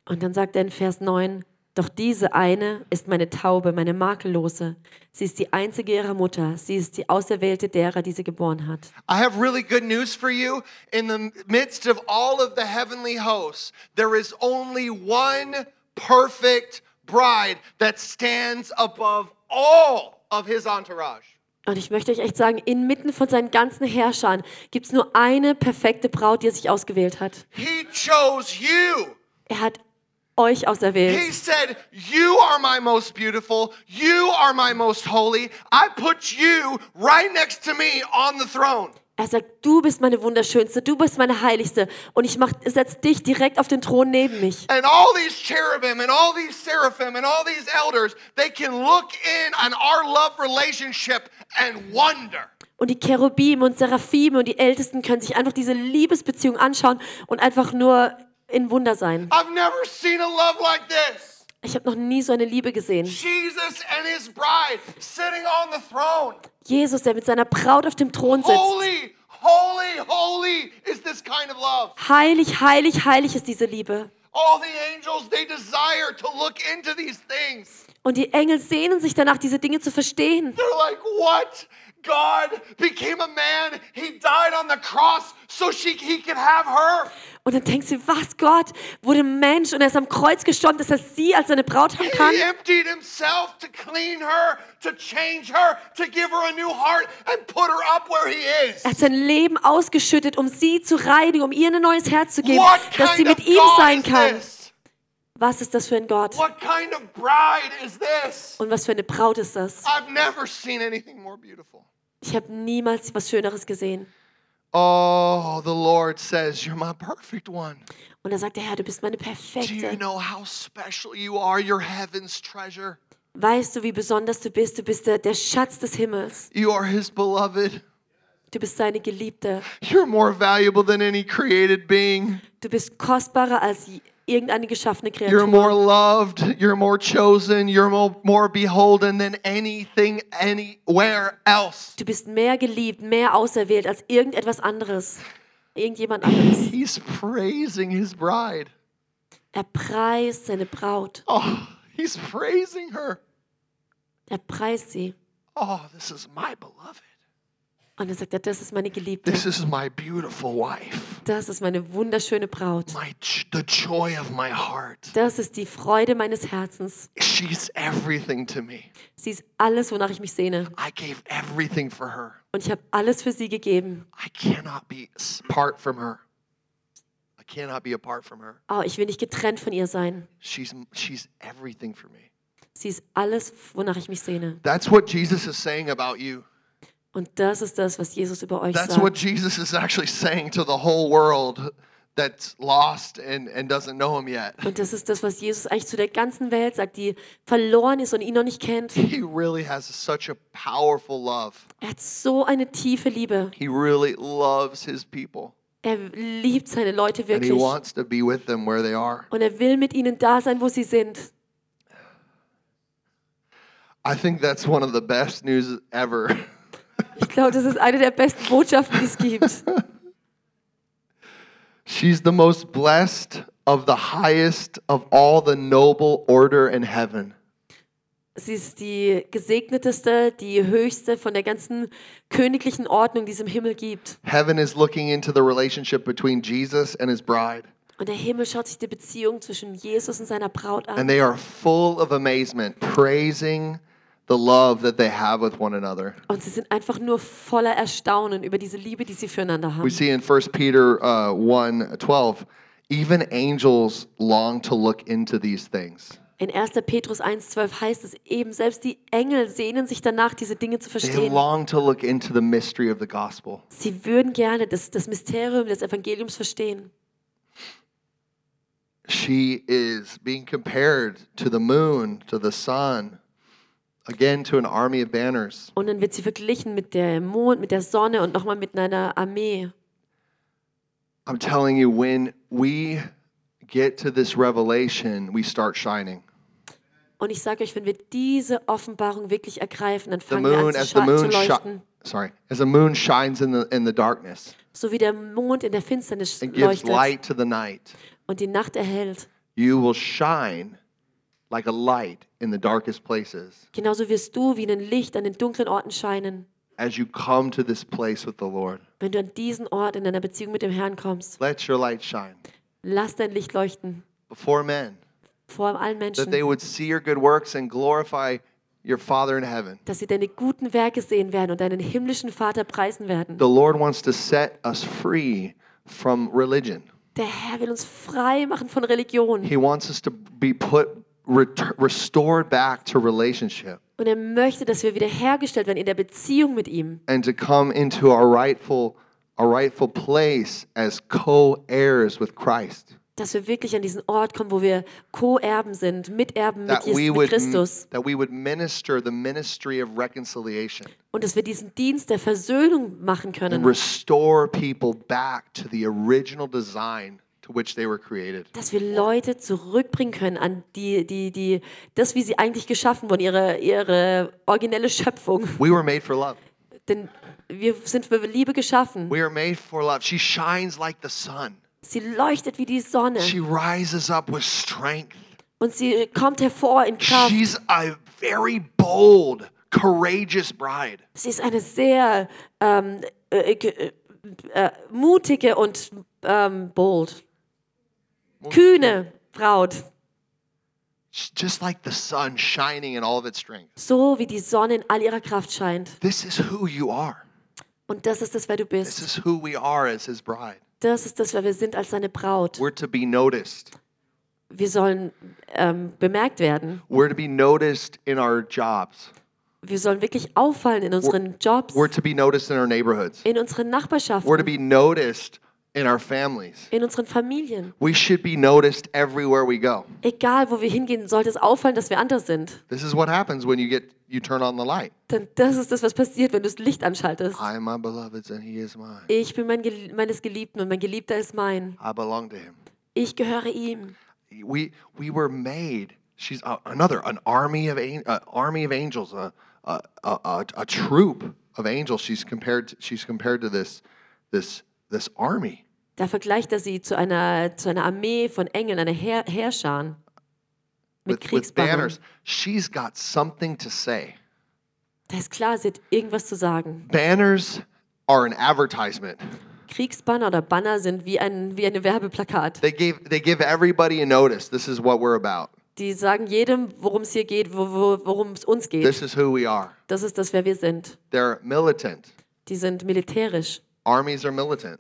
Speaker 2: Und dann sagt er in Vers 9, doch diese eine ist meine Taube, meine makellose. Sie ist die einzige ihrer Mutter. Sie ist die Auserwählte derer, die sie geboren hat.
Speaker 1: I have really good news for you. In the midst of all of the heavenly hosts, there is only one perfect bride that stands above all of his entourage.
Speaker 2: Und ich möchte euch echt sagen, inmitten von seinen ganzen Herrschern gibt es nur eine perfekte Braut, die er sich ausgewählt hat.
Speaker 1: He chose you.
Speaker 2: Er hat euch
Speaker 1: He
Speaker 2: auserwählt.
Speaker 1: said, You are my most beautiful. You are my most holy. I put you right next to me on the throne.
Speaker 2: Er sagt, du bist meine wunderschönste, du bist meine heiligste. Und ich mach, setz dich direkt auf den Thron neben mich.
Speaker 1: And all these cherubim and all these seraphim and all these elders, they can look in on our love relationship and wonder.
Speaker 2: Und die Cherubim und Seraphim und die Ältesten können sich einfach diese Liebesbeziehung anschauen und einfach nur in Wunder sein.
Speaker 1: I've never seen a love like this.
Speaker 2: Ich habe noch nie so eine Liebe gesehen.
Speaker 1: Jesus and his bride sitting on the throne.
Speaker 2: Jesus, der mit seiner Braut auf dem Thron sitzt.
Speaker 1: Holy, holy, holy is this kind of love.
Speaker 2: Heilig, heilig, heilig ist diese Liebe.
Speaker 1: All the angels, they desire to look into these things.
Speaker 2: Und die Engel sehnen sich danach, diese Dinge zu verstehen.
Speaker 1: They're like, what? God became a man. He died on the cross so she, he could have her.
Speaker 2: Und dann denkt sie, was Gott wurde Mensch und er ist am Kreuz gestorben, dass er sie als seine Braut haben kann.
Speaker 1: He emptied himself to clean her, to change her, to give her a new heart, and put her up where he is.
Speaker 2: Er hat sein Leben ausgeschüttet, um sie zu reinigen, um ihr ein neues Herz zu geben,
Speaker 1: What
Speaker 2: dass sie
Speaker 1: kind of
Speaker 2: mit ihm
Speaker 1: God
Speaker 2: sein
Speaker 1: is
Speaker 2: kann.
Speaker 1: this?
Speaker 2: Was ist das für ein Gott?
Speaker 1: What kind of bride is this?
Speaker 2: Und was für eine Braut ist das?
Speaker 1: I've never seen anything more beautiful.
Speaker 2: Ich habe niemals was Schöneres gesehen.
Speaker 1: Oh, the Lord says, You're my perfect one.
Speaker 2: Und er sagt, der Herr, du bist meine
Speaker 1: Do you
Speaker 2: Perfekte.
Speaker 1: know how special you are? You're heaven's treasure.
Speaker 2: Weißt du, wie besonders du bist? Du bist der, der Schatz des Himmels.
Speaker 1: You are his beloved.
Speaker 2: Du bist seine Geliebte.
Speaker 1: You're more valuable than any created being.
Speaker 2: Du bist kostbarer als je- irgendeine geschaffene
Speaker 1: You're
Speaker 2: Kreatur.
Speaker 1: more loved. You're more chosen. You're mo- more beholden than anything anywhere else.
Speaker 2: Du bist mehr geliebt, mehr auserwählt als irgendetwas anderes. Irgendjemand anderes.
Speaker 1: He's praising his bride.
Speaker 2: Er preist seine Braut.
Speaker 1: Oh, he's praising her.
Speaker 2: Er preist sie.
Speaker 1: Oh, this is my beloved.
Speaker 2: Und er sagt, ja, das ist meine Geliebte.
Speaker 1: This is my beautiful wife.
Speaker 2: Das ist meine wunderschöne Braut.
Speaker 1: My ch- the joy of my heart.
Speaker 2: Das ist die Freude meines Herzens.
Speaker 1: She's everything to me.
Speaker 2: Sie ist alles, wonach ich mich sehne.
Speaker 1: I gave everything for her.
Speaker 2: Und ich habe alles für sie gegeben.
Speaker 1: I cannot be s- apart from her. I cannot be apart from her.
Speaker 2: Oh, ich will nicht getrennt von ihr sein.
Speaker 1: She's m- she's everything for me.
Speaker 2: Sie ist alles, wonach ich mich sehne.
Speaker 1: That's what Jesus is saying about you.
Speaker 2: Und das ist das, was Jesus über euch
Speaker 1: That's
Speaker 2: sagt.
Speaker 1: what Jesus is actually saying to the whole world that's lost and, and doesn't know him yet.
Speaker 2: Und das ist das, was Jesus eigentlich zu der ganzen Welt sagt, die verloren ist und ihn noch nicht kennt.
Speaker 1: He really has such a powerful love.
Speaker 2: Er hat so eine tiefe Liebe.
Speaker 1: He really loves his people.
Speaker 2: Er liebt seine Leute
Speaker 1: and he
Speaker 2: wirklich.
Speaker 1: wants to be with them where they are.
Speaker 2: Und er will mit ihnen da sein, wo sie sind.
Speaker 1: I think that's one of the best news ever. *laughs*
Speaker 2: Ich glaube, das ist eine der besten Botschaften, die es gibt.
Speaker 1: *laughs* She's the most blessed of the highest of all the noble order in heaven.
Speaker 2: Sie ist die gesegneteste, die höchste von der ganzen königlichen Ordnung, die es im Himmel gibt.
Speaker 1: Heaven is looking into the relationship between Jesus and his bride,
Speaker 2: Und der Himmel schaut sich die Beziehung zwischen Jesus und seiner Braut an.
Speaker 1: and they are full of amazement, praising the love that they have with one another.
Speaker 2: Und sie sind einfach nur voller Erstaunen über diese Liebe, die sie füreinander
Speaker 1: We
Speaker 2: haben.
Speaker 1: see in 1 Peter uh, 1 even angels long to look into these things.
Speaker 2: In 1. Petrus 1,12 heißt es eben, selbst die Engel sehnen sich danach, diese Dinge zu
Speaker 1: They
Speaker 2: verstehen.
Speaker 1: long to look into the mystery of the gospel.
Speaker 2: Sie würden gerne das, das Mysterium des Evangeliums verstehen.
Speaker 1: She is being compared to the moon, to the sun, again to an army of banners.
Speaker 2: Und dann wird sie verglichen mit dem Mond, mit der Sonne und nochmal mit einer Armee.
Speaker 1: I'm telling you, when we get to this revelation, we start shining.
Speaker 2: Und ich sage euch, wenn wir diese Offenbarung wirklich ergreifen, dann
Speaker 1: The
Speaker 2: fangen wir an
Speaker 1: moon,
Speaker 2: zu,
Speaker 1: as the
Speaker 2: scha- zu
Speaker 1: moon shi-
Speaker 2: leuchten.
Speaker 1: sorry, as the moon shines in the in the darkness,
Speaker 2: So wie der Mond in der Finsternis
Speaker 1: it gives
Speaker 2: leuchtet
Speaker 1: light to the night.
Speaker 2: und die Nacht erhellt.
Speaker 1: You will shine like a light in the darkest places
Speaker 2: Genauso wirst du wie ein Licht an den dunklen Orten scheinen,
Speaker 1: as you come to this place with the Lord.
Speaker 2: wenn du an diesen Ort in deiner Beziehung mit dem Herrn kommst.
Speaker 1: Let your light shine
Speaker 2: Lass dein Licht leuchten
Speaker 1: before men,
Speaker 2: vor allen
Speaker 1: that they
Speaker 2: Menschen,
Speaker 1: would see your good works and glorify your Father in heaven.
Speaker 2: dass sie deine guten Werke sehen werden und deinen himmlischen Vater preisen werden.
Speaker 1: The Lord wants to set us free from religion.
Speaker 2: Der Herr will uns frei machen von Religion
Speaker 1: He wants us to be put ret- restored back to relationship
Speaker 2: und er möchte, dass wir wiederhergestellt werden in der Beziehung mit ihm.
Speaker 1: and to come into our rightful our rightful place as co-heirs with Christ.
Speaker 2: dass wir wirklich an diesen Ort kommen, wo wir Co-Erben sind, Miterben mit,
Speaker 1: That we
Speaker 2: Jesus, mit
Speaker 1: would m-
Speaker 2: Christus
Speaker 1: that we would minister the ministry of reconciliation
Speaker 2: und dass wir diesen Dienst der Versöhnung machen
Speaker 1: and
Speaker 2: können,
Speaker 1: restore people back to the original design to which they were created.
Speaker 2: dass wir Leute zurückbringen können an die, die, die, das, wie sie eigentlich geschaffen wurden, ihre, ihre originelle Schöpfung.
Speaker 1: We were made for love.
Speaker 2: Denn wir sind für Liebe geschaffen.
Speaker 1: We are made for love. She shines like the sun.
Speaker 2: Sie leuchtet wie die Sonne
Speaker 1: She rises up with strength.
Speaker 2: und sie kommt hervor in Kraft.
Speaker 1: She's a very bold, courageous bride.
Speaker 2: Sie ist eine sehr ähm, äh, äh, äh, mutige und ähm, bold, kühne Braut.
Speaker 1: She's just like the sun shining in all of its strength.
Speaker 2: so wie die Sonne in all ihrer Kraft scheint.
Speaker 1: This is who you are.
Speaker 2: Und das ist das, wer du
Speaker 1: This
Speaker 2: bist.
Speaker 1: is who we are as his bride.
Speaker 2: Das ist das, wer wir sind als seine Braut.
Speaker 1: We're to be noticed.
Speaker 2: Wir sollen ähm, bemerkt werden.
Speaker 1: We're to be noticed in our jobs.
Speaker 2: Wir sollen wirklich auffallen in unseren Jobs,
Speaker 1: We're to be noticed in our neighborhoods.
Speaker 2: in unseren
Speaker 1: We're to
Speaker 2: Nachbarschaften,
Speaker 1: be noticed in our families.
Speaker 2: in unseren Familien.
Speaker 1: We should be noticed everywhere we go.
Speaker 2: Egal, wo wir hingehen, sollte es auffallen, dass wir anders sind.
Speaker 1: This is what happens when you get you turn on the light.
Speaker 2: Denn das ist das, was passiert, wenn du das Licht anschaltest.
Speaker 1: I am my beloved's and he is mine.
Speaker 2: Ich bin mein Gel meines Geliebten und mein Geliebter ist mein.
Speaker 1: I belong to him.
Speaker 2: Ich gehöre ihm.
Speaker 1: we we were made she's a, another an army of an uh, army of angels a a, a a a troop of angels she's compared to, she's compared to this this this army
Speaker 2: Da vergleicht er sie zu einer, zu einer Armee von Engeln, einer Heer Heerscharen mit
Speaker 1: with, with
Speaker 2: Kriegsbannern.
Speaker 1: banners she's got something to say
Speaker 2: Da ist klar, sie hat irgendwas zu sagen.
Speaker 1: banners are an advertisement
Speaker 2: Kriegsbanner oder Banner sind wie ein wie eine Werbeplakat.
Speaker 1: they gave they give everybody a notice this is what we're about
Speaker 2: Die sagen jedem, worum es hier geht, wo, wo, worum es uns geht.
Speaker 1: this is who we are
Speaker 2: Das ist das, wer wir sind.
Speaker 1: they're militant
Speaker 2: Die sind militärisch.
Speaker 1: armies are militant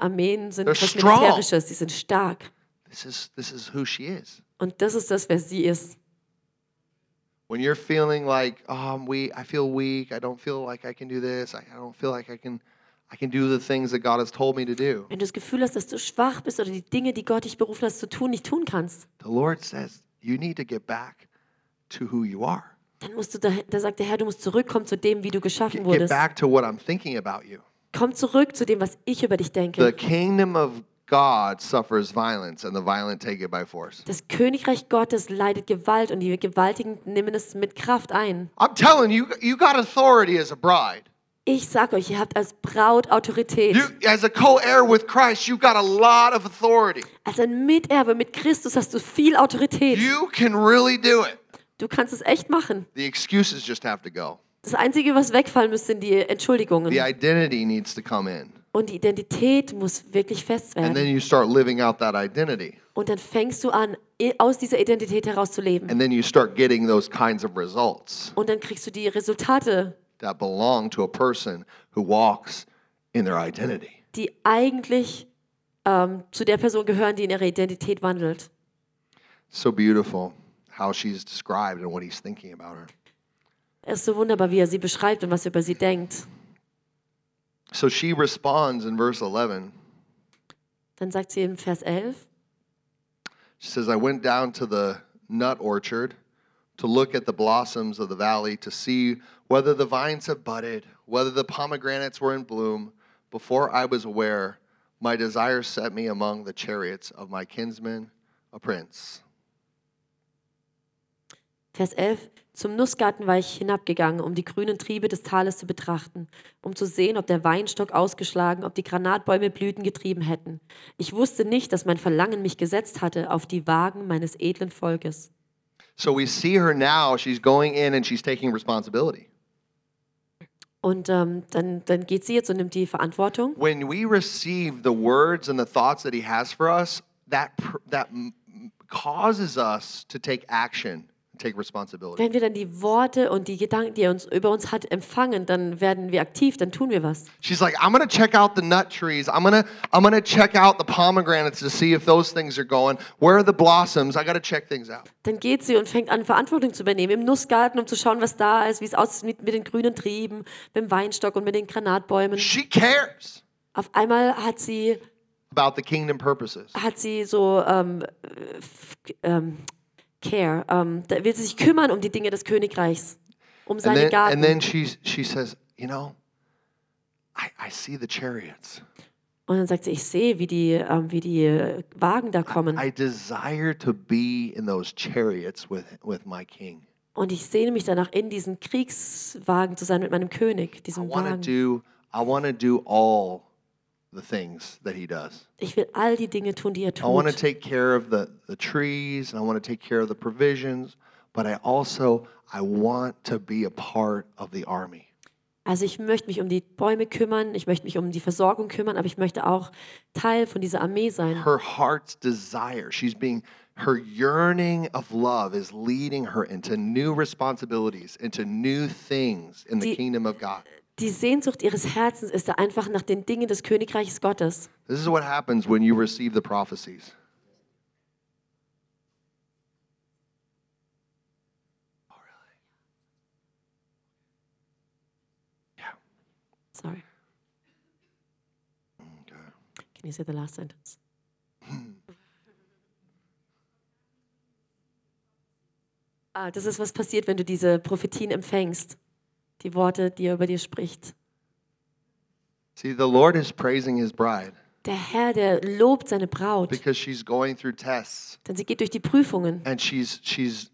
Speaker 2: Armeen sind
Speaker 1: They're
Speaker 2: was
Speaker 1: strong.
Speaker 2: Militärisches. Die sind stark.
Speaker 1: this is this is who she is
Speaker 2: Und das ist das, wer sie ist.
Speaker 1: when you're feeling like um, we i feel weak i don't feel like i can do this I, I don't feel like i can i can do the things that god has told me to do
Speaker 2: Wenn du das Gefühl hast, dass du schwach bist oder die Dinge, die Gott dich berufen hat, zu tun, nicht tun kannst,
Speaker 1: the lord says you need to get back to who you are
Speaker 2: dann musst du, da, da sagt der Herr, du musst zurückkommen zu dem, wie du geschaffen
Speaker 1: get, get
Speaker 2: wurdest.
Speaker 1: back to what i'm thinking about you
Speaker 2: Komm zurück zu dem, was ich über dich
Speaker 1: The
Speaker 2: denke.
Speaker 1: kingdom of God suffers violence, and the violent take it by force.
Speaker 2: Das Königreich Gottes leidet Gewalt und die Gewaltigen nehmen es mit Kraft ein.
Speaker 1: I'm telling you, you got authority as a bride.
Speaker 2: Ich sag euch, ihr habt als Braut Autorität.
Speaker 1: You, as a co-heir with Christ, you got a lot of authority.
Speaker 2: Als ein Miterbe mit Christus hast du viel Autorität.
Speaker 1: You can really do it.
Speaker 2: Du kannst es echt machen.
Speaker 1: The excuses just have to go.
Speaker 2: Das Einzige, was wegfallen müsste, sind die Entschuldigungen.
Speaker 1: The identity needs to come in.
Speaker 2: Und die Identität muss wirklich fest
Speaker 1: And
Speaker 2: werden.
Speaker 1: then you start living out that identity.
Speaker 2: Und dann fängst du an, i- aus dieser Identität heraus zu leben.
Speaker 1: And then you start getting those kinds of results
Speaker 2: Und dann kriegst du die Resultate,
Speaker 1: that belong to a person who walks in their identity.
Speaker 2: die eigentlich ähm, zu der Person gehören, die in ihrer Identität wandelt.
Speaker 1: So beautiful how she's described and what he's thinking about her.
Speaker 2: Es ist so wunderbar, wie er sie beschreibt und was er über sie denkt.
Speaker 1: So she responds in verse 11.
Speaker 2: Dann sagt sie in Vers 11,
Speaker 1: She says, I went down to the nut orchard to look at the blossoms of the valley to see whether the vines have budded, whether the pomegranates were in bloom. Before I was aware, my desire set me among the chariots of my kinsman, a prince.
Speaker 2: Vers 11, zum Nussgarten war ich hinabgegangen, um die grünen Triebe des Tales zu betrachten, um zu sehen, ob der Weinstock ausgeschlagen, ob die Granatbäume Blüten getrieben hätten. Ich wusste nicht, dass mein Verlangen mich gesetzt hatte auf die Wagen meines edlen Volkes.
Speaker 1: So we see her now, she's going in and she's taking responsibility.
Speaker 2: Und ähm, dann, dann geht sie jetzt und nimmt die Verantwortung.
Speaker 1: When we receive the words and the thoughts that he has for us, that, pr- that m- m- causes us to take action, take responsibility.
Speaker 2: Wenn wir dann die Worte und die Gedanken, die er uns über uns hat, empfangen, dann werden wir aktiv, dann tun wir was.
Speaker 1: She's like, I'm gonna check out the nut trees. I'm gonna, I'm gonna check out the pomegranates to see if those things are going. Where are the blossoms? I gotta check things out.
Speaker 2: Dann geht sie und fängt an, Verantwortung zu übernehmen im Nussgarten, um zu schauen, was da ist, wie es aussieht mit, mit den grünen Trieben, mit dem Weinstock und mit den Granatbäumen.
Speaker 1: She cares
Speaker 2: Auf einmal hat sie,
Speaker 1: about the kingdom purposes.
Speaker 2: hat sie so ähm, äh, f- ähm, Care, ähm, da will sie sich kümmern um die Dinge des Königreichs, um
Speaker 1: And
Speaker 2: seine
Speaker 1: then, and
Speaker 2: Gaben.
Speaker 1: then she, she says, you know, I, I see the chariots.
Speaker 2: Und dann sagt sie, ich sehe, wie die, ähm, wie die äh, Wagen da kommen.
Speaker 1: I desire to be in those chariots with, with my king.
Speaker 2: Und ich sehne mich danach, in diesen Kriegswagen zu sein mit meinem König,
Speaker 1: I
Speaker 2: diesem
Speaker 1: wanna
Speaker 2: Wagen.
Speaker 1: do, I wanna do all the things that he does.
Speaker 2: Ich will all die Dinge tun, die er
Speaker 1: I want to
Speaker 2: tut.
Speaker 1: take care of the, the trees and I want to take care of the provisions, but I also I want to be a part of the army.
Speaker 2: Also ich möchte mich um die Bäume kümmern, ich möchte mich um die Versorgung kümmern, aber ich möchte auch Teil von dieser Armee sein.
Speaker 1: Her heart's desire, she's being her yearning of love is leading her into new responsibilities, into new things in the
Speaker 2: Die-
Speaker 1: kingdom of God.
Speaker 2: Die Sehnsucht ihres Herzens ist da einfach nach den Dingen des Königreiches Gottes.
Speaker 1: This is what happens when you receive the prophecies. Oh, really? Yeah.
Speaker 2: Sorry,
Speaker 1: Okay.
Speaker 2: can you say the last
Speaker 1: *clears throat*
Speaker 2: sentence? Ah, das ist, was passiert, wenn du diese Prophetien empfängst. Die Worte, die er über dir spricht.
Speaker 1: See, the Lord is praising his bride
Speaker 2: Der Herr, der lobt seine Braut,
Speaker 1: because she's going through tests
Speaker 2: denn sie geht durch die Prüfungen
Speaker 1: and she's she's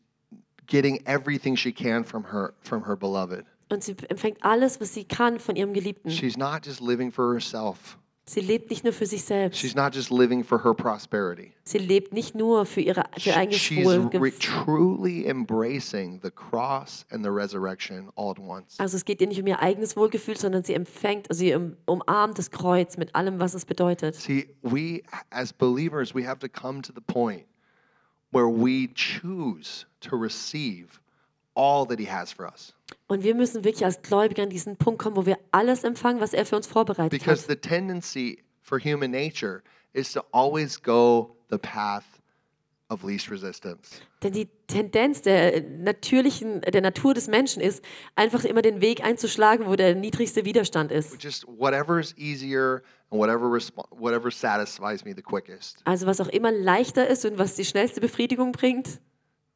Speaker 1: getting everything she can from her from her beloved.
Speaker 2: und sie empfängt alles, was sie kann von ihrem Geliebten.
Speaker 1: She's not just living for herself.
Speaker 2: Sie lebt nicht nur für sich
Speaker 1: She's
Speaker 2: selbst.
Speaker 1: not just living for her prosperity.
Speaker 2: Sie lebt nicht nur für, ihre, für ihr
Speaker 1: She-
Speaker 2: eigenes
Speaker 1: She's
Speaker 2: Wohl.
Speaker 1: re- truly embracing the cross and the resurrection all at once.
Speaker 2: Also es geht ihr nicht um ihr eigenes Wohlgefühl, sondern sie empfängt, also sie um- umarmt das Kreuz mit allem, was es bedeutet.
Speaker 1: See, we as believers, we have to come to the point where we choose to receive all that he has for us.
Speaker 2: Und wir müssen wirklich als Gläubige an diesen Punkt kommen, wo wir alles empfangen, was er für uns vorbereitet
Speaker 1: Because
Speaker 2: hat.
Speaker 1: the tendency for human nature is to always go the path of least resistance.
Speaker 2: Denn die Tendenz der natürlichen, der Natur des Menschen ist, einfach immer den Weg einzuschlagen, wo der niedrigste Widerstand ist.
Speaker 1: Just whatever is easier and whatever resp- whatever satisfies me the quickest.
Speaker 2: Also was auch immer leichter ist und was die schnellste Befriedigung bringt.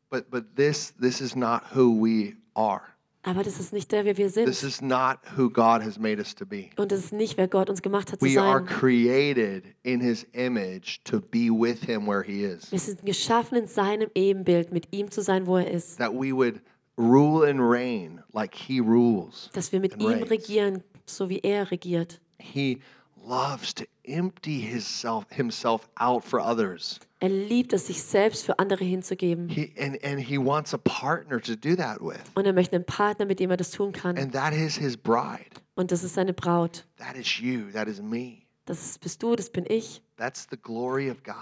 Speaker 1: But but this this is not who we are.
Speaker 2: Aber das ist nicht der, wer wir sind.
Speaker 1: This is not who God has made us to be.
Speaker 2: Und das ist nicht, wer Gott uns gemacht hat zu
Speaker 1: We are
Speaker 2: sein.
Speaker 1: created in his image to be with him where he is.
Speaker 2: Wir sind geschaffen in seinem Ebenbild, mit ihm zu sein, wo er ist.
Speaker 1: That we would rule and reign like he rules.
Speaker 2: Dass wir mit
Speaker 1: And
Speaker 2: ihm
Speaker 1: reigns.
Speaker 2: regieren, so wie er regiert.
Speaker 1: He loves to empty his self, himself out for others.
Speaker 2: Er liebt es, sich selbst für andere hinzugeben.
Speaker 1: He, and, and he wants a partner to do that with.
Speaker 2: Und er möchte einen Partner, mit dem er das tun kann.
Speaker 1: And that is his bride.
Speaker 2: Und das ist seine Braut.
Speaker 1: That is you. That is me.
Speaker 2: Das bist du, das bin ich.
Speaker 1: That's the glory of God.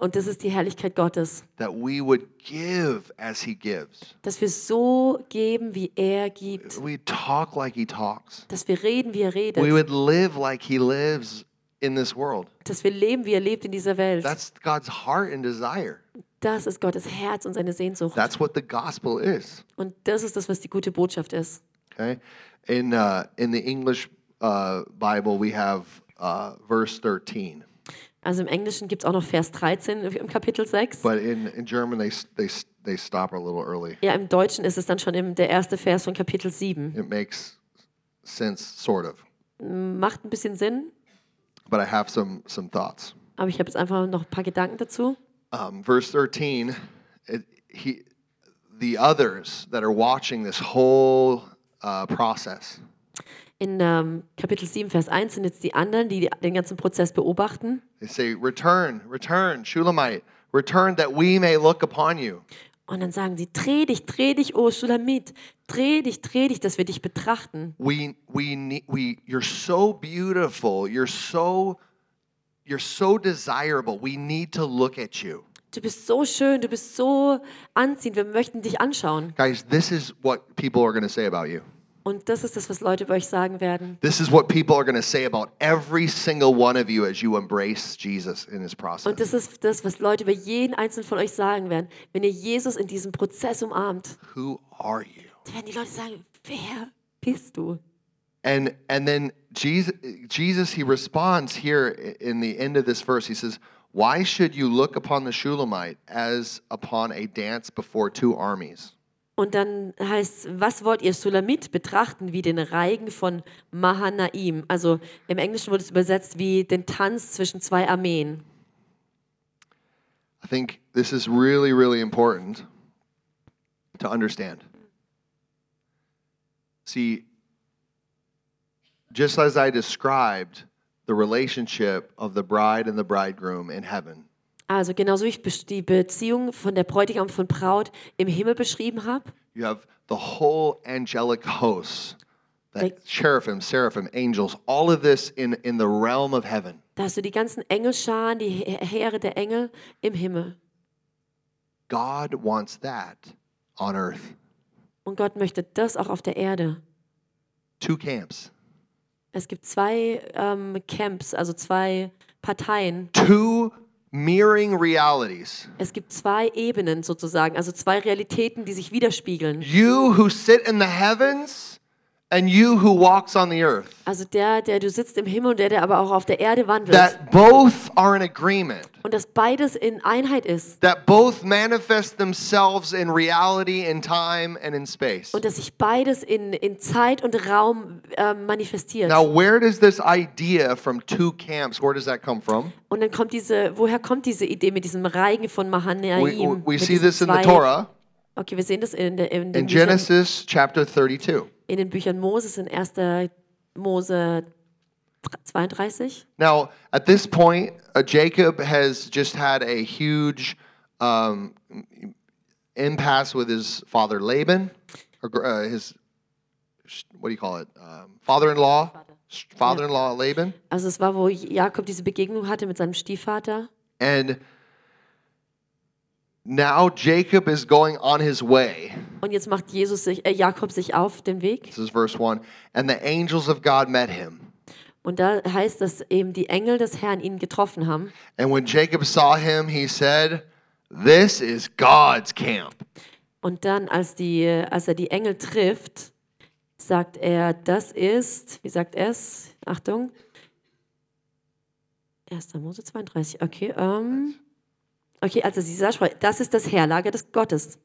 Speaker 2: Und das ist die Herrlichkeit Gottes.
Speaker 1: That we would give as he gives.
Speaker 2: Dass wir so geben, wie er gibt.
Speaker 1: We talk like he talks.
Speaker 2: Dass wir reden, wie er
Speaker 1: We
Speaker 2: redet.
Speaker 1: would live like he lives in this world.
Speaker 2: Dass wir leben, wie er lebt in dieser Welt.
Speaker 1: That's God's heart and desire.
Speaker 2: Das ist Gottes Herz und seine Sehnsucht.
Speaker 1: That's what the gospel is.
Speaker 2: Und das ist das, was die gute Botschaft ist.
Speaker 1: Okay, in uh, in the English uh, Bible we have uh, verse thirteen,
Speaker 2: Also im Englischen gibt es auch noch Vers 13 im Kapitel 6.
Speaker 1: but in, in German they s- they s- they stop a little early.
Speaker 2: Ja, im Deutschen ist es dann schon im, der erste Vers von Kapitel 7.
Speaker 1: It makes sense, sort of.
Speaker 2: Macht ein bisschen Sinn,
Speaker 1: But I have some some thoughts.
Speaker 2: aber ich habe jetzt einfach noch ein paar Gedanken dazu.
Speaker 1: Um, verse thirteen, it, he the others that are watching this whole uh, process.
Speaker 2: In ähm, Kapitel 7, Vers 1 sind jetzt die anderen, die den ganzen Prozess beobachten.
Speaker 1: They say, "Return, return, Shulamite, return, that we may look upon you."
Speaker 2: Und dann sagen sie, dreh dich, dreh dich, oh Schulamit, dreh dich, dreh dich, dass wir dich betrachten.
Speaker 1: we we need we you're so beautiful you're so you're so desirable we need to look at you
Speaker 2: Du bist so schön, du bist so anziehend, wir möchten dich anschauen.
Speaker 1: guys this is what people are going to say about you
Speaker 2: Und das ist das, was Leute über euch sagen werden.
Speaker 1: this is what people are going to say about every single one of you as you embrace jesus in his process
Speaker 2: Und das ist das, was Leute über jeden einzelnen von euch sagen werden. Wenn ihr Jesus in diesem Prozess umarmt,
Speaker 1: who are you
Speaker 2: dann werden die Leute sagen, wer bist du?
Speaker 1: and and then jesus jesus he responds here i- in the end of this verse he says why should you look upon the shulamite as upon a dance before two armies
Speaker 2: Und dann heißt, was wollt ihr Sulamit betrachten wie den Reigen von Mahanaim? Also im Englischen wurde es übersetzt wie den Tanz zwischen zwei Armeen.
Speaker 1: I think this is really, really important to understand. See, just as I described the relationship of the bride and the bridegroom in heaven,
Speaker 2: Also genauso wie ich besch- die Beziehung von der Bräutigam von Braut im Himmel beschrieben habe,
Speaker 1: you have the whole angelic hosts, that
Speaker 2: Like-
Speaker 1: cherubim, seraphim, angels, all of this in, in the realm of heaven.
Speaker 2: da hast du die ganzen Engelscharen, die He- Heere der Engel im Himmel.
Speaker 1: God wants that on earth.
Speaker 2: Und Gott möchte das auch auf der Erde.
Speaker 1: Two camps,
Speaker 2: Es gibt zwei ähm, Camps, also zwei Parteien.
Speaker 1: two mirroring realities.
Speaker 2: Es gibt zwei Ebenen sozusagen, also zwei Realitäten, die sich widerspiegeln.
Speaker 1: You who sit in the heavens and you who walks on the earth.
Speaker 2: Also der, der du sitzt im Himmel und der, der aber auch auf der Erde wandelt.
Speaker 1: That both are in agreement.
Speaker 2: und dass beides in Einheit ist.
Speaker 1: That both manifest themselves in reality, in time, and in space.
Speaker 2: Und dass sich beides in, in Zeit und Raum ähm, manifestiert.
Speaker 1: Now, where does this idea from two camps, where does that come from?
Speaker 2: Und dann kommt diese, woher kommt diese Idee mit diesem Reigen von Mahanaim?
Speaker 1: We, we- we
Speaker 2: mit
Speaker 1: see
Speaker 2: diesen
Speaker 1: this in the
Speaker 2: zwei-
Speaker 1: Torah,
Speaker 2: Okay, wir sehen das in, der, in, den
Speaker 1: in
Speaker 2: Büchern,
Speaker 1: Genesis chapter 32.
Speaker 2: in den Büchern Moses, in 1. Mose 32.
Speaker 1: Now, at this point, uh, Jacob has just had a huge um, impasse with his father Laban, or gr- uh, his what do you call it, um, father-in-law, Sh- father-in-law Laban,
Speaker 2: Also es war, wo Jakob diese Begegnung hatte mit seinem Stiefvater.
Speaker 1: and now Jacob is going on his way.
Speaker 2: Und jetzt macht Jesus sich, äh, Jakob sich auf den Weg.
Speaker 1: This is verse one, and the angels of God met him.
Speaker 2: Und da heißt, dass eben die Engel des Herrn ihn getroffen haben.
Speaker 1: And when Jacob saw him, he said, "This is God's camp."
Speaker 2: Und dann, als, die, als er die Engel trifft, sagt er, das ist, wie sagt er es? Achtung. 1. Mose 32, okay. also Ähm, okay, als er sie sah, sprach, das ist das Herrlager des Gottes.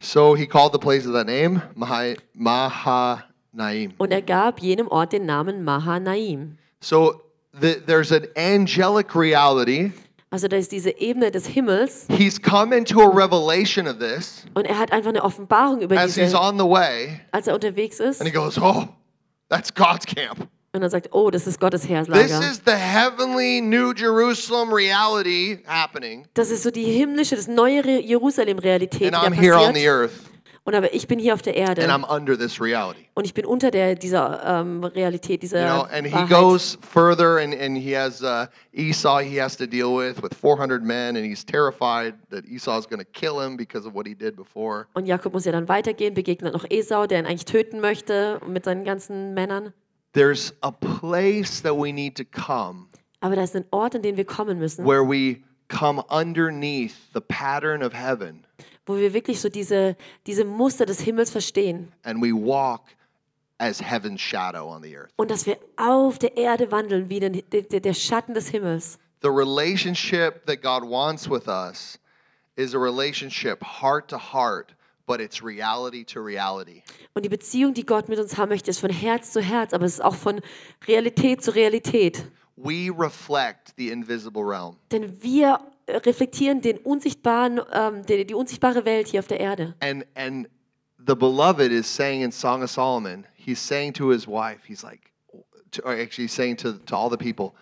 Speaker 1: So he called the place of that name Mahi- Mahanaim.
Speaker 2: Und er gab jenem Ort den Namen Mahanaim.
Speaker 1: So the, there's an angelic reality.
Speaker 2: Also da ist diese Ebene des Himmels
Speaker 1: He's come into a revelation of this
Speaker 2: und er hat einfach eine Offenbarung über
Speaker 1: as he's
Speaker 2: diese,
Speaker 1: on the way,
Speaker 2: als er unterwegs ist.
Speaker 1: and he goes, Oh, that's God's camp.
Speaker 2: Und er sagt, oh, das ist Gottes
Speaker 1: This
Speaker 2: Heerslager.
Speaker 1: is the heavenly New Jerusalem reality happening,
Speaker 2: Das ist so die himmlische, das neue Re- Jerusalem-Realität, die
Speaker 1: and
Speaker 2: da
Speaker 1: I'm here on the
Speaker 2: passiert.
Speaker 1: earth,
Speaker 2: Und aber ich bin hier auf der
Speaker 1: and
Speaker 2: Erde
Speaker 1: I'm under this reality.
Speaker 2: und ich bin unter der, dieser ähm, Realität, dieser
Speaker 1: You know, and he
Speaker 2: Wahrheit.
Speaker 1: goes further, and, and he has uh, Esau he has to deal with with 400 men, and he's terrified that Esau's going to kill him because of what he did before.
Speaker 2: Und Jakob muss ja dann weitergehen, begegnet noch Esau, der ihn eigentlich töten möchte mit seinen ganzen Männern.
Speaker 1: There's a place that we need to come
Speaker 2: Aber da ist ein Ort, in den wir kommen müssen,
Speaker 1: where we come underneath the pattern of heaven
Speaker 2: wo wir wirklich so diese, diese Muster des Himmels verstehen
Speaker 1: and we walk as heaven's shadow on the earth.
Speaker 2: und dass wir auf der Erde wandeln wie den, der, der- der Schatten des Himmels.
Speaker 1: The relationship that God wants with us is a relationship heart to heart, but it's reality to reality.
Speaker 2: Und die Beziehung, die Gott mit uns haben möchte, ist von Herz zu Herz, aber es ist auch von Realität zu Realität.
Speaker 1: We reflect the invisible realm.
Speaker 2: Denn wir äh, reflektieren den unsichtbaren, ähm, die, die unsichtbare Welt hier auf der Erde.
Speaker 1: And and the beloved is saying in Song of Solomon, he's saying to his wife, he's like to, or actually he's saying to, to all the people,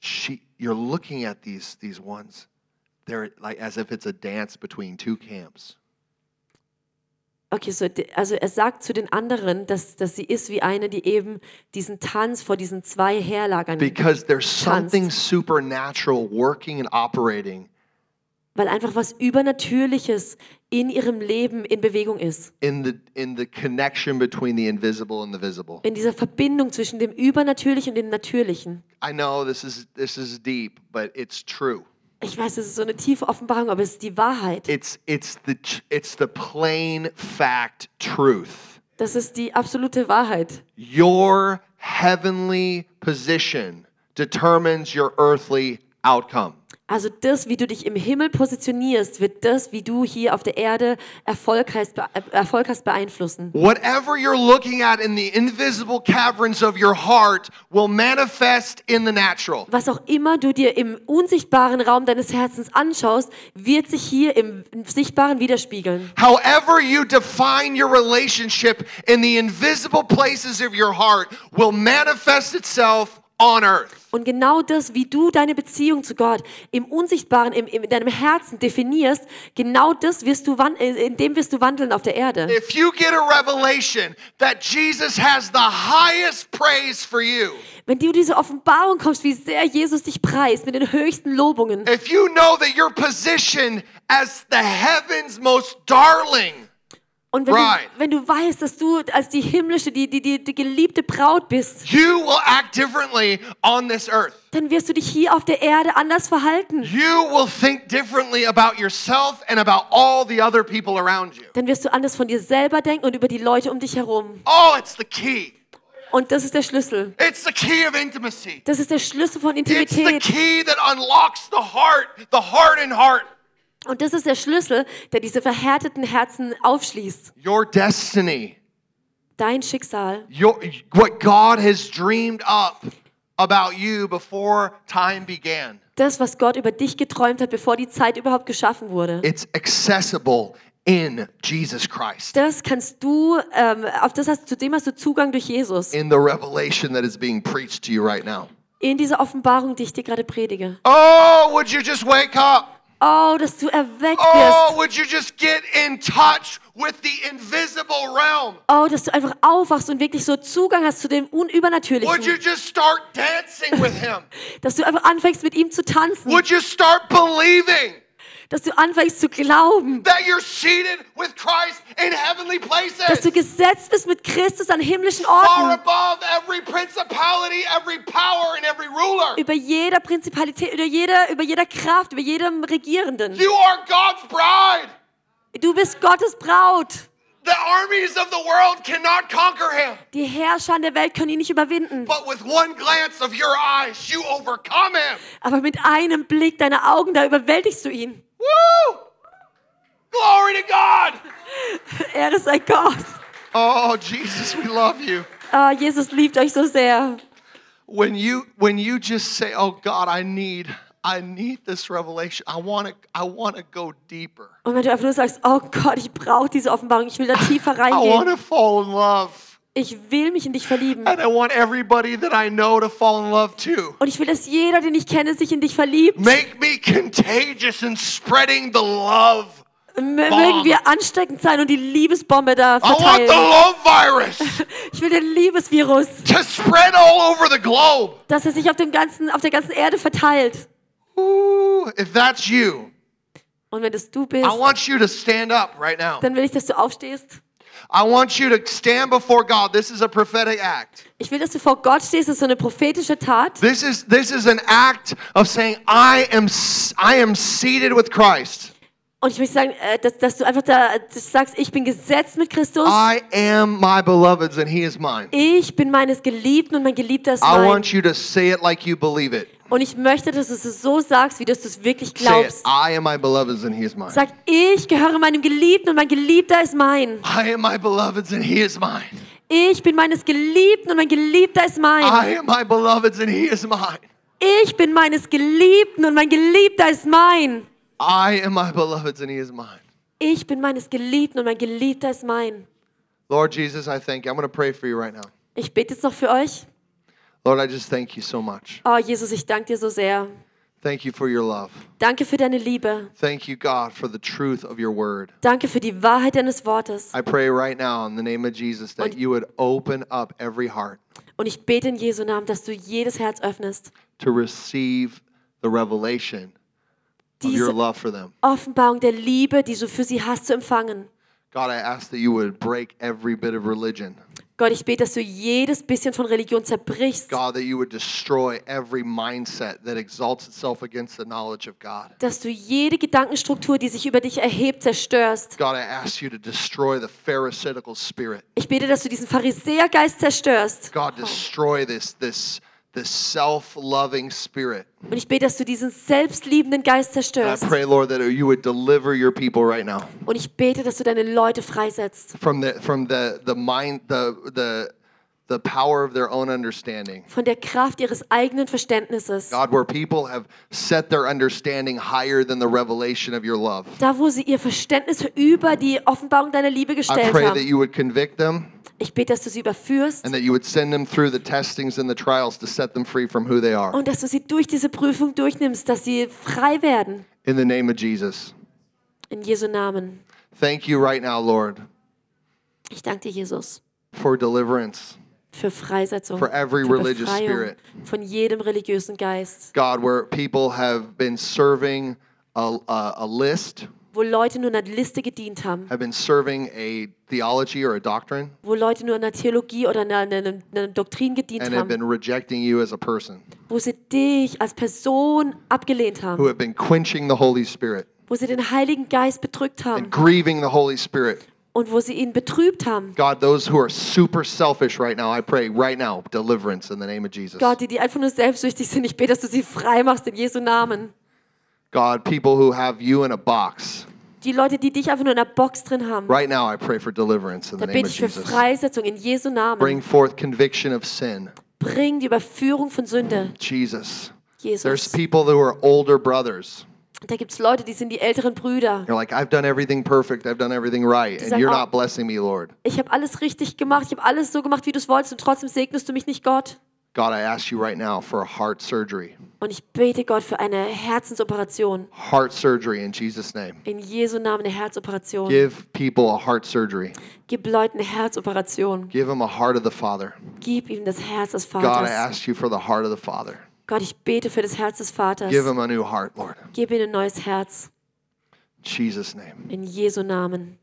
Speaker 1: she you're looking at these these ones. They're like as if it's a dance between two camps.
Speaker 2: Okay, so, de- also er sagt zu den anderen, dass, dass sie ist wie eine, die eben diesen Tanz vor diesen zwei Heerlagern,
Speaker 1: Because there's something supernatural working and operating
Speaker 2: weil einfach was Übernatürliches in ihrem Leben in Bewegung ist.
Speaker 1: in the in the connection between the invisible and the visible.
Speaker 2: In dieser Verbindung zwischen dem Übernatürlichen und dem Natürlichen.
Speaker 1: I know this is this is deep, but it's true.
Speaker 2: Ich weiß, es ist so eine tiefe Offenbarung, aber es ist die Wahrheit.
Speaker 1: It's it's the tr- it's the plain fact truth.
Speaker 2: Das ist die absolute Wahrheit.
Speaker 1: Your heavenly position determines your earthly outcome.
Speaker 2: Also das, wie du dich im Himmel positionierst, wird das, wie du hier auf der Erde Erfolg hast, bee- Erfolg hast beeinflussen.
Speaker 1: Whatever you're looking at in the invisible caverns of your heart will manifest in the natural.
Speaker 2: Was auch immer du dir im unsichtbaren Raum deines Herzens anschaust, wird sich hier im Sichtbaren widerspiegeln.
Speaker 1: However, you define your relationship in the invisible places of your heart will manifest itself on earth.
Speaker 2: Und genau das, wie du deine Beziehung zu Gott im Unsichtbaren, im, im, in deinem Herzen definierst, genau das wirst du wan- äh, in dem wirst du wandeln auf der Erde.
Speaker 1: If you get a revelation that Jesus has the highest praise for you,
Speaker 2: Wenn du diese Offenbarung kommst, wie sehr Jesus dich preist mit den höchsten Lobungen,
Speaker 1: if you know that you're positioned as the heaven's most darling,
Speaker 2: und wenn,
Speaker 1: Right.
Speaker 2: du, wenn du weißt, dass du als die himmlische, die, die, die, die geliebte Braut bist,
Speaker 1: you will act differently on this earth.
Speaker 2: dann wirst du dich hier auf der Erde anders verhalten.
Speaker 1: You will think differently about yourself and about all the other people around you.
Speaker 2: Dann wirst du anders von dir selber denken und über die Leute um dich herum.
Speaker 1: Oh, it's the key.
Speaker 2: Und das ist der Schlüssel.
Speaker 1: It's the key of intimacy.
Speaker 2: Das ist der Schlüssel von
Speaker 1: It's the
Speaker 2: Intimität.
Speaker 1: key that unlocks the heart, the hardened heart.
Speaker 2: Und das ist der Schlüssel, der diese verhärteten Herzen aufschließt.
Speaker 1: Your destiny,
Speaker 2: Dein Schicksal,
Speaker 1: your what God has dreamed up about you before time began.
Speaker 2: das, was Gott über dich geträumt hat, bevor die Zeit überhaupt geschaffen wurde.
Speaker 1: It's accessible in Jesus Christ.
Speaker 2: Das kannst du, ähm, auf das hast, zu dem hast du Zugang durch Jesus.
Speaker 1: In the revelation that is being preached to you right now.
Speaker 2: In dieser Offenbarung, die ich dir gerade predige.
Speaker 1: Oh, would you just wake up?
Speaker 2: Oh, dass du erweckt
Speaker 1: Oh,
Speaker 2: wirst.
Speaker 1: would you just get in touch with the invisible realm?
Speaker 2: Oh, dass du einfach aufwachst und wirklich so Zugang hast zu dem
Speaker 1: Would you
Speaker 2: Unübernatürlichen.
Speaker 1: just start dancing with him?
Speaker 2: Dass du einfach anfängst, mit ihm zu tanzen.
Speaker 1: Would you start believing?
Speaker 2: Dass du anfängst zu glauben.
Speaker 1: that you're seated with Christ in heavenly
Speaker 2: dass du
Speaker 1: places,
Speaker 2: gesetzt bist mit Christus an himmlischen
Speaker 1: far
Speaker 2: Orten.
Speaker 1: above every principality, every power, and every ruler.
Speaker 2: Über jeder Prinzipalität, über jeder, über jeder Kraft, über jedem Regierenden.
Speaker 1: You are God's bride.
Speaker 2: Du bist Gottes Braut.
Speaker 1: The armies of the world cannot conquer him.
Speaker 2: Die Herrscher der Welt können ihn nicht überwinden.
Speaker 1: But with one glance of your eyes, you overcome him.
Speaker 2: Aber mit einem Blick deiner Augen, da überwältigst du ihn.
Speaker 1: Woo! Glory to God.
Speaker 2: Ehre sei Gott.
Speaker 1: Oh, Jesus, we love you.
Speaker 2: Ah, Jesus liebt euch so sehr.
Speaker 1: When you when you just say, "Oh God, I need I need this revelation. I want to I want to go deeper.
Speaker 2: Und wenn du einfach nur sagst, oh Gott, ich brauche diese Offenbarung, ich will da tiefer
Speaker 1: I want to
Speaker 2: reingehen.
Speaker 1: fall in love."
Speaker 2: Ich will mich in dich verlieben.
Speaker 1: And I want everybody that I know to fall in love too.
Speaker 2: Und ich will, dass jeder, den ich kenne, sich in dich verliebt.
Speaker 1: Make me contagious in spreading the love.
Speaker 2: M- Mögen wir ansteckend sein und die Liebesbombe da
Speaker 1: I want the
Speaker 2: verteilen.
Speaker 1: love virus
Speaker 2: Ich will den Liebesvirus,
Speaker 1: to spread all over the globe.
Speaker 2: dass er sich auf, dem ganzen, auf der ganzen Erde verteilt.
Speaker 1: Ooh, if that's you,
Speaker 2: Und wenn das du bist,
Speaker 1: I want you to stand up right now.
Speaker 2: dann will ich, dass du aufstehst.
Speaker 1: I want you to stand before God. This is a prophetic act.
Speaker 2: Ich will, dass du vor Gott stehst. Das ist so eine prophetische Tat.
Speaker 1: This is this is an act of saying I am s- I am seated with Christ.
Speaker 2: Und ich möchte sagen, äh, dass, dass du einfach da dass du sagst, ich bin gesetzt mit Christus.
Speaker 1: I am my beloved's and he is mine.
Speaker 2: Ich bin meines Geliebten und mein Geliebter ist
Speaker 1: I
Speaker 2: mein.
Speaker 1: want you to say it like you believe it.
Speaker 2: Und ich möchte, dass du es so sagst, wie dass du es wirklich
Speaker 1: Say it.
Speaker 2: glaubst.
Speaker 1: I am my beloved's and he is mine.
Speaker 2: Sag, ich gehöre meinem Geliebten und mein Geliebter ist mein.
Speaker 1: I am my beloved's and he is mine.
Speaker 2: Ich bin meines Geliebten und mein Geliebter ist mein.
Speaker 1: I am my beloved's and he is mine.
Speaker 2: Ich bin meines Geliebten und mein Geliebter ist mein.
Speaker 1: I am my beloved's and he is mine.
Speaker 2: Ich bin meines Geliebten und mein Geliebter ist mein.
Speaker 1: Lord Jesus, I thank you. I'm going to pray for you right now.
Speaker 2: Ich bete jetzt noch für euch.
Speaker 1: Lord, I just thank you so much.
Speaker 2: Oh, Jesus, ich danke dir so sehr.
Speaker 1: Thank you for your love.
Speaker 2: Danke für deine Liebe.
Speaker 1: Thank you, God, for the truth of your word.
Speaker 2: Danke für die Wahrheit deines Wortes.
Speaker 1: I pray right now in the name of Jesus that you would open up every heart
Speaker 2: Und ich bete in Jesu Namen, dass du jedes Herz öffnest.
Speaker 1: to receive the revelation of your
Speaker 2: Diese
Speaker 1: love for them.
Speaker 2: Offenbarung der Liebe, die du für sie hast, zu empfangen.
Speaker 1: God, I ask that you would break every bit of religion.
Speaker 2: Gott, ich bete, dass du jedes bisschen von Religion zerbrichst.
Speaker 1: God, that you would destroy every mindset that exalts itself against the knowledge of God.
Speaker 2: Dass du jede Gedankenstruktur, die sich über dich erhebt, zerstörst.
Speaker 1: God, I ask you to destroy the pharisaical spirit.
Speaker 2: Ich bete, dass du diesen Pharisäergeist zerstörst.
Speaker 1: God, destroy this this this self-loving spirit.
Speaker 2: Und ich bete, dass du diesen selbstliebenden Geist
Speaker 1: And I
Speaker 2: zerstörst.
Speaker 1: pray, Lord, that you would deliver your people right now.
Speaker 2: Und ich bete, dass du deine Leute freisetzt
Speaker 1: from the from the the mind the the the power of their own understanding.
Speaker 2: von der Kraft ihres eigenen Verständnisses.
Speaker 1: God, where people have set their understanding higher than the revelation of your love.
Speaker 2: Da, wo sie ihr Verständnis über die Offenbarung deiner Liebe
Speaker 1: I
Speaker 2: gestellt
Speaker 1: pray that
Speaker 2: haben.
Speaker 1: you would convict them
Speaker 2: Ich bete, dass du sie überführst
Speaker 1: and that you would send them through the testings and the trials to set them free from who they are.
Speaker 2: und dass du sie durch diese Prüfung durchnimmst, dass sie frei werden.
Speaker 1: In the name of Jesus.
Speaker 2: In Jesu Namen.
Speaker 1: Thank you right now, Lord,
Speaker 2: Ich danke dir, Jesus,
Speaker 1: for deliverance.
Speaker 2: für Freisetzung,
Speaker 1: For every
Speaker 2: für
Speaker 1: religious
Speaker 2: Befreiung
Speaker 1: spirit.
Speaker 2: von jedem religiösen Geist,
Speaker 1: God, where people have been serving a, a, a list,
Speaker 2: wo Leute nur einer Liste gedient haben,
Speaker 1: have been serving a theology or a doctrine,
Speaker 2: wo Leute nur einer Theologie oder einer, einer, einer Doktrin gedient
Speaker 1: and have
Speaker 2: haben,
Speaker 1: been rejecting you as a person.
Speaker 2: wo sie dich als Person abgelehnt
Speaker 1: who
Speaker 2: haben,
Speaker 1: have been quenching the Holy Spirit
Speaker 2: wo sie den Heiligen Geist bedrückt haben
Speaker 1: and grieving the Holy Spirit.
Speaker 2: und wo sie ihn betrübt haben.
Speaker 1: God, those who are super selfish right now, I pray right now deliverance in the name of Jesus.
Speaker 2: Gott, die, die einfach nur selbstsüchtig sind, ich bete, dass du sie frei machst in Jesu Namen.
Speaker 1: God, people who have you in a box,
Speaker 2: Die Leute, die dich einfach nur in einer Box drin haben,
Speaker 1: right now I pray for deliverance in
Speaker 2: da
Speaker 1: the name
Speaker 2: bete
Speaker 1: of
Speaker 2: ich für
Speaker 1: Jesus.
Speaker 2: Freisetzung in Jesu Namen.
Speaker 1: Bring forth conviction of sin.
Speaker 2: Bring die Überführung von Sünde,
Speaker 1: Jesus. There's
Speaker 2: Jesus.
Speaker 1: people who are older brothers.
Speaker 2: Da gibt es Leute, die sind die älteren Brüder.
Speaker 1: You're like, I've done everything perfect, I've done everything right, and
Speaker 2: sagen,
Speaker 1: you're
Speaker 2: "Oh."
Speaker 1: not blessing me, Lord.
Speaker 2: Ich habe alles richtig gemacht, ich habe alles so gemacht, wie du es wolltest und trotzdem segnest du mich nicht, Gott.
Speaker 1: God, I ask you right now for a heart surgery.
Speaker 2: Und ich bete Gott für eine Herzensoperation.
Speaker 1: Heart surgery in Jesus' name.
Speaker 2: In Jesu Namen eine Herzoperation.
Speaker 1: Give people a heart surgery.
Speaker 2: Gib Leuten eine Herzoperation.
Speaker 1: Give them a heart of the Father.
Speaker 2: Gib ihm das Herz des
Speaker 1: God, I
Speaker 2: Vaters.
Speaker 1: ask you for the heart of the Father.
Speaker 2: Gott, ich bete für das Herz des Vaters.
Speaker 1: Give him a new heart, Lord.
Speaker 2: Gib ihm ein neues Herz.
Speaker 1: In Jesus' name.
Speaker 2: In Jesu Namen.